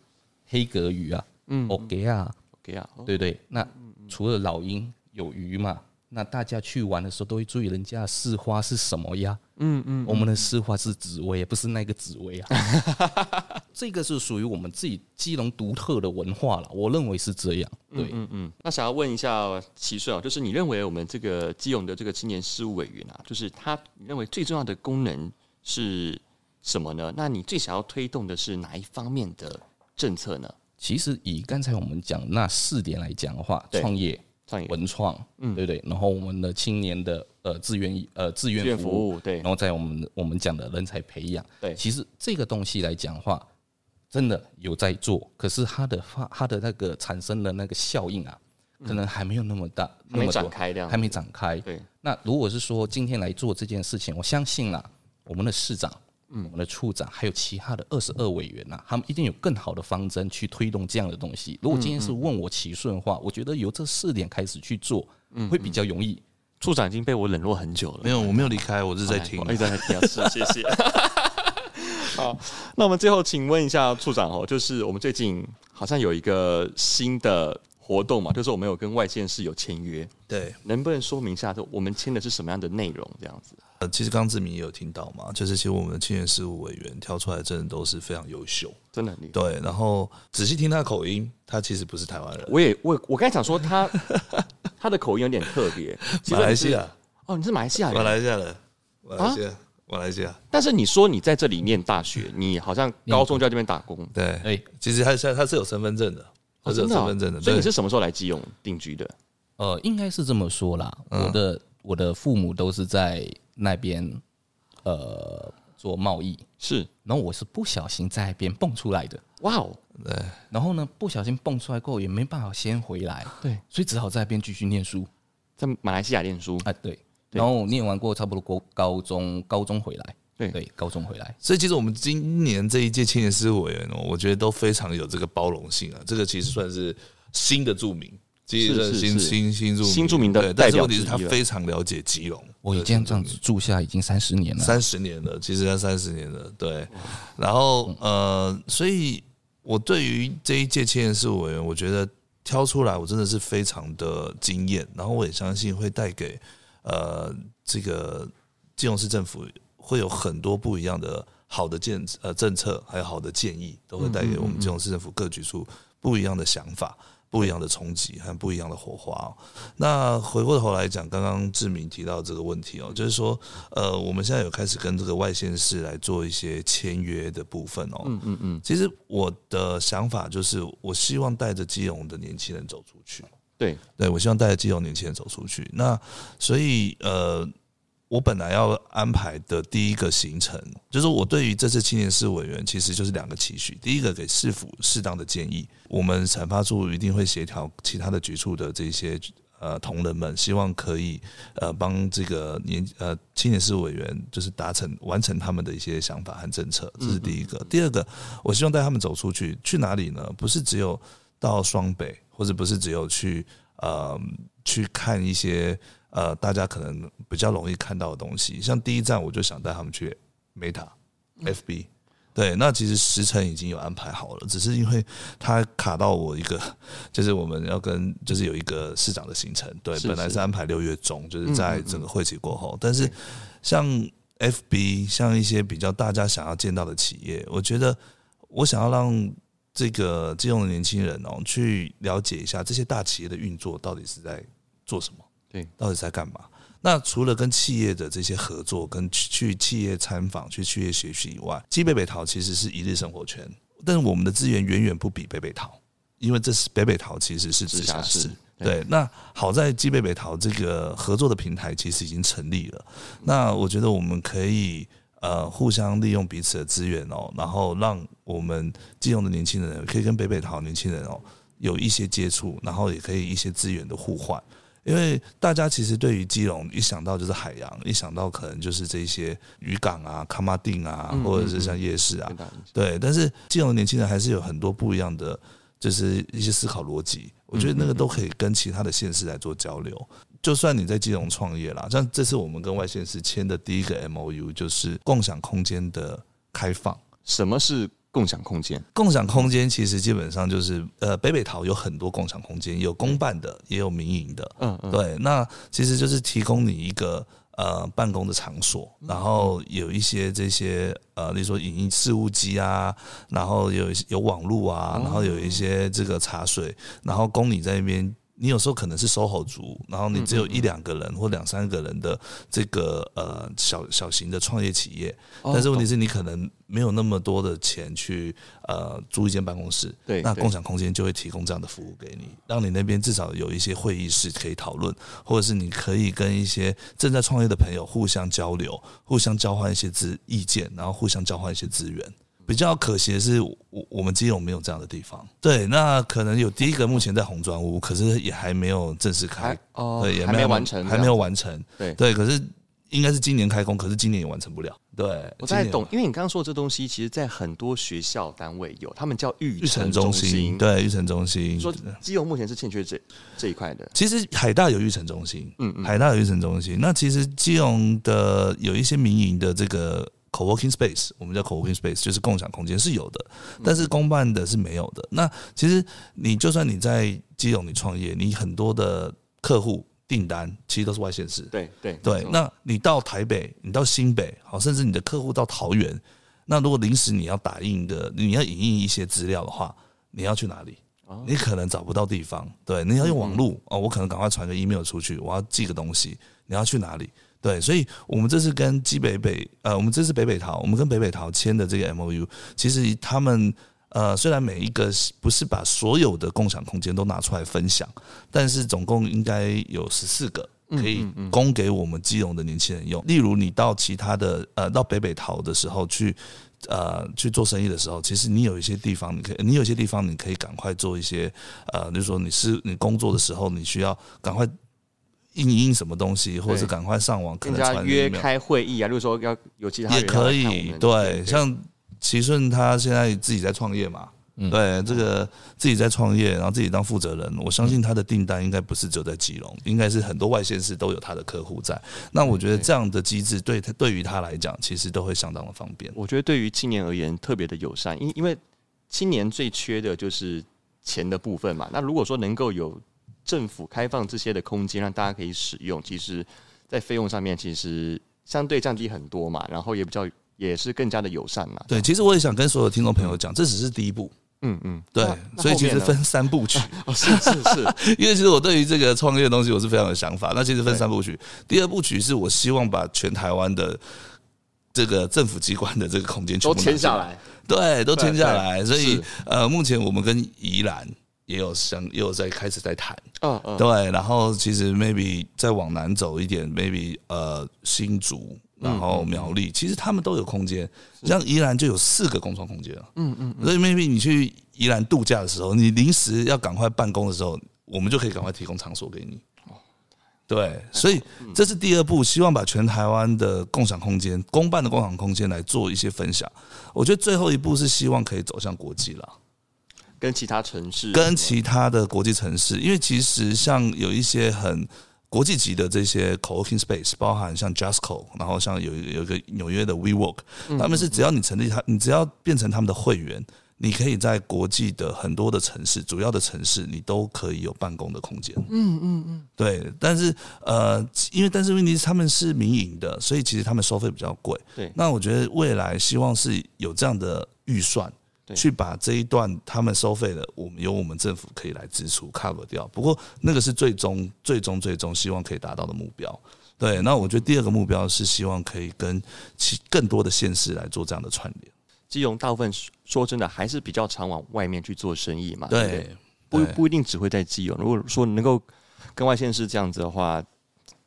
[SPEAKER 3] 黑格鱼啊，嗯，OK
[SPEAKER 6] 哦
[SPEAKER 3] 啊，
[SPEAKER 1] ，OK 啊，哦
[SPEAKER 3] 对对。那除了老鹰有鱼嘛，那大家去玩的时候都会注意人家的市花是什么呀？
[SPEAKER 1] 嗯嗯，
[SPEAKER 3] 我们的市花是紫薇，不是那个紫薇啊。啊 这个是属于我们自己基隆独特的文化了，我认为是这样。对，
[SPEAKER 1] 嗯嗯，那想要问一下齐顺啊，就是你认为我们这个基隆的这个青年事务委员啊，就是他你认为最重要的功能是什么呢？那你最想要推动的是哪一方面的政策呢？
[SPEAKER 3] 其实以刚才我们讲那四点来讲的话，
[SPEAKER 1] 对
[SPEAKER 3] 创业、
[SPEAKER 1] 创业、
[SPEAKER 3] 文创，
[SPEAKER 1] 嗯
[SPEAKER 3] 对不对？然后我们的青年的呃志愿呃志
[SPEAKER 1] 志
[SPEAKER 3] 愿
[SPEAKER 1] 愿
[SPEAKER 3] 服
[SPEAKER 1] 服
[SPEAKER 3] 务，
[SPEAKER 1] 务，对
[SPEAKER 3] 然，后在我们我们讲的人才培养，
[SPEAKER 1] 对
[SPEAKER 3] 其实这个东西来讲的话，真的有在做，可是它的发它的那个产生的那个效应啊，可能还没有那么大，
[SPEAKER 1] 嗯还
[SPEAKER 3] 那
[SPEAKER 1] 没
[SPEAKER 3] 么
[SPEAKER 1] 展
[SPEAKER 3] 多，
[SPEAKER 1] 开这样，
[SPEAKER 3] 还没展开。
[SPEAKER 1] 对，
[SPEAKER 3] 那如果是说今天来做这件事情，我相信啦，我们的市长
[SPEAKER 1] 嗯
[SPEAKER 3] 我们的处长还有其他的二十二委员呐、他们一定有更好的方针去推动这样的东西。如果今天是问我齐顺的话，我觉得由这四点开始去做，
[SPEAKER 1] 嗯
[SPEAKER 3] 会比较容易。
[SPEAKER 6] 处长已经被我冷落很久了
[SPEAKER 2] 没。有，我没有离开，我是哦
[SPEAKER 1] 哎
[SPEAKER 2] 在听
[SPEAKER 6] 我。一直在听啊，是谢 谢。
[SPEAKER 1] 那我们最后请问一下处长哦，就是我们最近好像有一个新的活动嘛，就是我们有跟外县市有签约，
[SPEAKER 2] 对，
[SPEAKER 1] 能不能说明一下，就我们签的是什么样的内容？这样子，
[SPEAKER 2] 呃，其实刚志明也有听到嘛，就是其实我们的青年事务委员挑出来，真的都是非常优秀。
[SPEAKER 1] 真的很厉害。
[SPEAKER 2] 对，然后仔细听他的口音，他其实不是台湾人，
[SPEAKER 1] 我也我我刚才想说他他的口音有点特别，
[SPEAKER 2] 马来西亚，
[SPEAKER 1] 哦，你是马来西亚
[SPEAKER 2] 马
[SPEAKER 1] 人，
[SPEAKER 2] 来西亚人，马来
[SPEAKER 1] 啊
[SPEAKER 2] 西亚，马来西亚。
[SPEAKER 1] 但是你说你在这里念大学，你好像高中就在这边打工，
[SPEAKER 2] 对，
[SPEAKER 3] 哎
[SPEAKER 2] 其实他是他是有身份证的，他
[SPEAKER 1] 哦
[SPEAKER 2] 是有
[SPEAKER 1] 真的
[SPEAKER 2] 身
[SPEAKER 1] 哦
[SPEAKER 2] 份证的，
[SPEAKER 1] 所以你
[SPEAKER 2] 对
[SPEAKER 1] 是什么时候来基隆定居的？
[SPEAKER 3] 呃，应该是这么说啦。
[SPEAKER 1] 嗯
[SPEAKER 3] 我的我的父母都是在那边呃做贸易，
[SPEAKER 1] 是，
[SPEAKER 3] 然后我是不小心在那边蹦出来的。
[SPEAKER 1] 哇哦，
[SPEAKER 3] 然后呢，不小心蹦出来过后也没办法先回来，
[SPEAKER 1] 对，
[SPEAKER 3] 所以只好在那边继续念书
[SPEAKER 1] 在马来西亚念书，
[SPEAKER 2] 哎
[SPEAKER 3] 啊，对。然后念完过差不多国高中，高中回来，
[SPEAKER 1] 对
[SPEAKER 3] 对，高中回来，
[SPEAKER 2] 所以其实我们今年这一届青年事务委员哦，我觉得都非常有这个包容性啊，这个其实算是新的著名。其实
[SPEAKER 1] 是
[SPEAKER 2] 算
[SPEAKER 1] 是
[SPEAKER 2] 新
[SPEAKER 1] 是
[SPEAKER 2] 新新著名
[SPEAKER 1] 新著名的
[SPEAKER 2] 对，
[SPEAKER 1] 代
[SPEAKER 2] 但是
[SPEAKER 1] 表
[SPEAKER 2] 问题是
[SPEAKER 1] 之
[SPEAKER 2] 他
[SPEAKER 1] 一了
[SPEAKER 2] 非常了解基隆，
[SPEAKER 3] 我也这样这样子住下已经三十年了，
[SPEAKER 2] 三十年了，其实他三十年了，对。然后呃，所以我对于这一届青年事务委员，我觉得挑出来，我真的是非常的惊艳。然后我也相信会带给呃这个基隆市政府会有很多不一样的好的建呃政策，还有好的建议，都会带给我
[SPEAKER 3] 嗯
[SPEAKER 2] 们基隆市政府各局处不一样的想法。不一样的冲击和不一样的火花、哦。那回过头来讲，刚刚志明提到这个问题哦，就是说，呃，我们现在有开始跟这个外县市来做一些签约的部分哦。嗯嗯嗯。其实我的想法就是，我希望带着基隆的年轻人走出去。
[SPEAKER 1] 对，
[SPEAKER 2] 对，我希望带着基隆年轻人走出去。那所以呃，我本来要安排的第一个行程，就是我对于这次青年事委员其实就是两个期许：第一个给市府适当的建议，我们产发处一定会协调其他的局处的这些。呃，同仁们希望可以呃帮这个年呃青年事委员就是达成完成他们的一些想法和政策，这是
[SPEAKER 1] 嗯
[SPEAKER 2] 第一个。第二个，我希望带他们走出去，去哪里呢？不是只有到双北，或者不是只有去呃去看一些呃大家可能比较容易看到的东西。像第一站，我就想带他们去 Meta、FB。对，那其实时程已经有安排好了，只是因为它卡到我一个，就是我们要跟就是有一个市长的行程，对，
[SPEAKER 1] 是
[SPEAKER 2] 本来
[SPEAKER 1] 是
[SPEAKER 2] 是安排六月中，就是在整个会期过后，但是像 FB 像一些比较大家想要见到的企业，我觉得我想要让这个金融的年轻人哦，去了解一下这些大企业的运作到底是在做什么，
[SPEAKER 1] 对，
[SPEAKER 2] 到底在干嘛。那除了跟企业的这些合作，跟去去企业参访、去企业学习以外，基北北桃其实是一日生活圈，但是我们的资源远远不比北北桃，因为这是北北桃其实是直
[SPEAKER 1] 直辖
[SPEAKER 2] 辖市
[SPEAKER 1] 市。对
[SPEAKER 2] 对，那好在基北北桃这个合作的平台其实已经成立了，那我觉得我们可以呃互相利用彼此的资源哦，然后让我们基隆的年轻人可以跟北北桃年轻人哦有一些接触，然后也可以一些资源的互换。因为大家其实对于基隆一想到就是海洋，一想到可能就是这些渔港啊、卡马丁啊，或者是像夜市啊
[SPEAKER 1] 更，大影响
[SPEAKER 2] 对，但是基隆的年轻人还是有很多不一样的，就是一些思考逻辑。我觉得那个都可以跟其他的县市来做交流。就算你在基隆创业啦，像这次我们跟外县市签的第一个 M O U 就是共享空间的开放。
[SPEAKER 1] 什么是共享空间？
[SPEAKER 2] 共享空间其实基本上就是，呃，北北桃有很多共享空间，有公办的，也有民营的。
[SPEAKER 1] 嗯嗯，
[SPEAKER 2] 对，那其实就是提供你一个呃办公的场所，然后有一些这些呃，例如说影音事务机啊，然后有一些有网络啊，然后有一些这个茶水，然后供你在那边。你有时候可能是 SOHO 族，然后你只有一两个人或两三个人的这个呃小小型的创业企业，但是问题是你可能没有那么多的钱去呃租一间办公室，
[SPEAKER 1] 对
[SPEAKER 2] 那
[SPEAKER 1] 对
[SPEAKER 2] 共享空间就会提供这样的服务给你，让你那边至少有一些会议室可以讨论，或者是你可以跟一些正在创业的朋友互相交流，互相交换一些资意见，然后互相交换一些资源。比较可惜的是，我我们基隆没有这样的地方。对，那可能有第一个目前在红砖屋，可是也还没有正式开
[SPEAKER 1] 还，哦
[SPEAKER 2] 对，也
[SPEAKER 1] 还没完成
[SPEAKER 2] 还没有完成。
[SPEAKER 1] 对
[SPEAKER 2] 对，可是应该是今年开工，可是今年也完成不了。对，
[SPEAKER 1] 我在
[SPEAKER 2] 今年
[SPEAKER 1] 懂，因为你刚刚说的这东西，其实在很多学校单位有，他们叫育
[SPEAKER 2] 育成
[SPEAKER 1] 成
[SPEAKER 2] 中心，
[SPEAKER 1] 心。，
[SPEAKER 2] 对，育成中心。
[SPEAKER 1] 说基隆目前是欠缺这这一块的。
[SPEAKER 2] 其实海大有育成中心，
[SPEAKER 1] 嗯嗯
[SPEAKER 2] 海大有育成中心。那其实基隆的有一些民营的这个 co-working space，我们叫 co-working space，就是共享空间是有的，
[SPEAKER 1] 嗯
[SPEAKER 2] 但是公办的是没有的。那其实你就算你在基隆你创业，你很多的客户订单其实都是外县市，
[SPEAKER 1] 对对
[SPEAKER 2] 对，那你到台北，你到新北，好，甚至你的客户到桃园，那如果临时你要打印的，你要影印一些资料的话，你要去哪里？你可能找不到地方，对，你要用网络哦，我可能赶快传个 email 出去，我要寄个东西，你要去哪里？对，所以我们这次跟基北北，呃，我们这次北北桃，我们跟北北桃签的这个 M O U，其实他们呃，虽然每一个是不是把所有的共享空间都拿出来分享，但是总共应该有十四个
[SPEAKER 1] 嗯
[SPEAKER 2] 可以供给我们基隆的年轻人用。例如，你到其他的呃，到北北桃的时候去。呃，去做生意的时候，其实你有一些地方，你可以，你有一些地方，你可以赶快做一些，呃，就是说你是你工作的时候，你需要赶快印一印什么东西，或者是赶快上网，可
[SPEAKER 1] 跟
[SPEAKER 2] 能
[SPEAKER 1] 人家
[SPEAKER 2] 传
[SPEAKER 1] 约
[SPEAKER 2] email
[SPEAKER 1] 开会议啊，如果说要有其他
[SPEAKER 2] 也
[SPEAKER 1] 人要来
[SPEAKER 2] 可
[SPEAKER 1] 看我
[SPEAKER 2] 以
[SPEAKER 1] 们，
[SPEAKER 2] 对，像齐顺他现在自己在创业嘛，对，这个自己在创业，然后自己当负责人，我相信他的订单应该不是只有在基隆，应该是很多外县市都有他的客户在。那我觉
[SPEAKER 1] 嗯
[SPEAKER 2] 得这样的机制对他对于他来讲，其实都会相当的方便。
[SPEAKER 1] 我觉得对于青年而言特别的友善，因因为青年最缺的就是钱的部分嘛。那如果说能够有政府开放这些的空间让大家可以使用，其实在费用上面其实相对降低很多嘛，然后也比较也是更加的友善嘛。
[SPEAKER 2] 对，其实我也想跟所有听众朋友讲，这只是第一步。
[SPEAKER 1] 嗯嗯，
[SPEAKER 2] 对
[SPEAKER 1] 那，那
[SPEAKER 2] 所以
[SPEAKER 1] 后
[SPEAKER 2] 其
[SPEAKER 1] 面
[SPEAKER 2] 实
[SPEAKER 1] 呢
[SPEAKER 2] 分三部曲，
[SPEAKER 1] 哦是是 是，
[SPEAKER 2] 因为其实我对于这个创业的东西我是非常有想法。那其实分三部曲，第二部曲是我希望把全台湾的这个政府机关的这个空间全
[SPEAKER 1] 都
[SPEAKER 2] 部拿
[SPEAKER 1] 签
[SPEAKER 2] 下来
[SPEAKER 1] 下来。
[SPEAKER 2] 对，都
[SPEAKER 1] 对
[SPEAKER 2] 签下
[SPEAKER 1] 对
[SPEAKER 2] 来。所以
[SPEAKER 1] 是
[SPEAKER 2] 呃，目前我们跟宜兰也有相，也有在开始在谈。
[SPEAKER 1] 嗯嗯，
[SPEAKER 2] 对，然后其实 maybe 再往南走一点，maybe 呃新竹，然后苗栗，其实他们都有空间。像宜兰就有四个工创空间了。嗯嗯，所以 maybe 你去宜兰度假的时候，你临时要赶快办公的时候，我们就可以赶快提供场所给你。对，所以这是第二步，希望把全台湾的共享空间、公办的共享空间来做一些分享。我觉得最后一步是希望可以走向国际了。
[SPEAKER 1] 跟其他城市
[SPEAKER 2] 跟其他的国际城市，因为其实像有一些很国际级的这些 co-working space，包含像 Jasco，然后像有有一个纽约的 WeWork，他们是只要你成立他，你只要变成他们的会员，你可以在国际的很多的城市，主要的城市，你都可以有办公的空间。对，但是呃，因为但是问题是他们是民营的，所以其实他们收费比较贵。
[SPEAKER 1] 对
[SPEAKER 2] 那我觉得未来希望是有这样的预算，
[SPEAKER 1] 对
[SPEAKER 2] 去把这一段他们收费的，我们由我们政府可以来支出 cover 掉。不过那个是最终最终最终希望可以达到的目标。
[SPEAKER 1] 嗯
[SPEAKER 2] 对，那我觉得第二个目标是希望可以跟其更多的县市来做这样的串联。
[SPEAKER 1] 基隆大部分说说真的还是比较常往外面去做生意嘛，啊对不对
[SPEAKER 2] 对，
[SPEAKER 1] 不
[SPEAKER 2] 对
[SPEAKER 1] 不一定只会在基隆。如果说能够跟外县市这样子的话，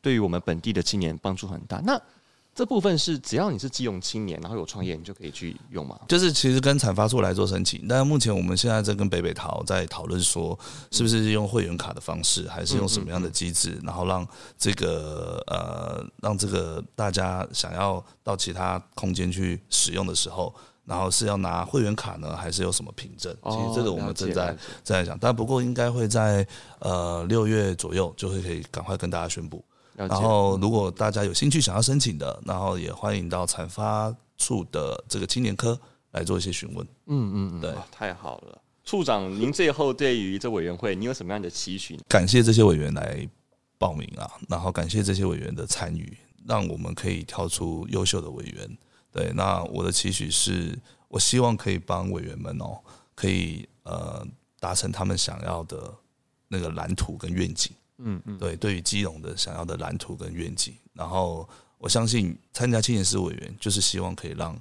[SPEAKER 1] 对于我们本地的青年帮助很大。那这部分是只要你是基隆青年，然后有创业，你就可以去用嘛？
[SPEAKER 2] 就是其实跟产发处来做申请，但是目前我们现在在跟北北桃在讨论说，
[SPEAKER 1] 嗯
[SPEAKER 2] 是不是用会员卡的方式，还是用什么样的机制，然后让这个呃，让这个大家想要到其他空间去使用的时候，然后是要拿会员卡呢，还是有什么凭证？其实这个我
[SPEAKER 1] 哦
[SPEAKER 2] 们
[SPEAKER 1] 了解
[SPEAKER 2] 正在
[SPEAKER 1] 了解
[SPEAKER 2] 正在讲，但不过应该会在呃六月左右就会可以赶快跟大家宣布。
[SPEAKER 1] 了
[SPEAKER 2] 然
[SPEAKER 1] 解。
[SPEAKER 2] 后，如果大家有兴趣想要申请的，然后也欢迎到产发处的这个青年科来做一些询问。
[SPEAKER 1] 嗯嗯嗯，
[SPEAKER 2] 对
[SPEAKER 1] 哇太好了。处长，您最后对于这委员会，你有什么样的期许呢？
[SPEAKER 2] 感谢这些委员来报名啊，然后感谢这些委员的参与，让我们可以挑出优秀的委员。对，那我的期许是，我希望可以帮委员们哦，可以呃达成他们想要的那个蓝图跟愿景。
[SPEAKER 1] 嗯嗯，
[SPEAKER 2] 对，对于基隆的想要的蓝图跟愿景。然后我相信参加青年市委员，就是希望可以让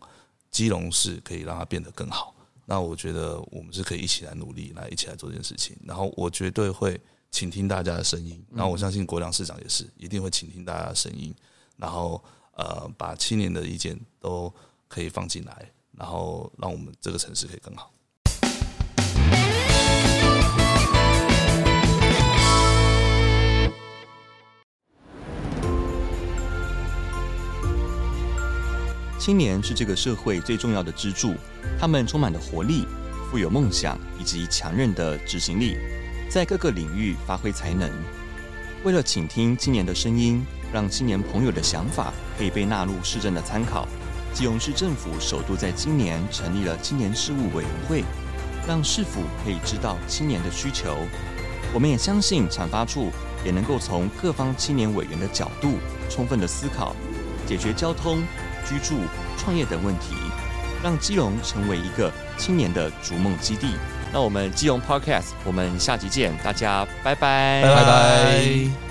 [SPEAKER 2] 基隆市可以让它变得更好。那我觉得我们是可以一起来努力，来一起来做这件事情。然后我绝对会倾听大家的声音。然后我相信国良市长也是一定会倾听大家的声音，然后呃把青年的意见都可以放进来，然后让我们这个城市可以更好。
[SPEAKER 1] 青年是这个社会最重要的支柱，他们充满了活力，富有梦想以及强韧的执行力，在各个领域发挥才能。为了倾听青年的声音，让青年朋友的想法可以被纳入市政的参考，基隆市政府首度在今年成立了青年事务委员会，让市府可以知道青年的需求。我们也相信产发处也能够从各方青年委员的角度，充分的思考解决交通、居住、创业等问题，让基隆成为一个青年的逐梦基地。那我们基隆 Podcast，我们下集见，大家拜拜，
[SPEAKER 2] 拜拜。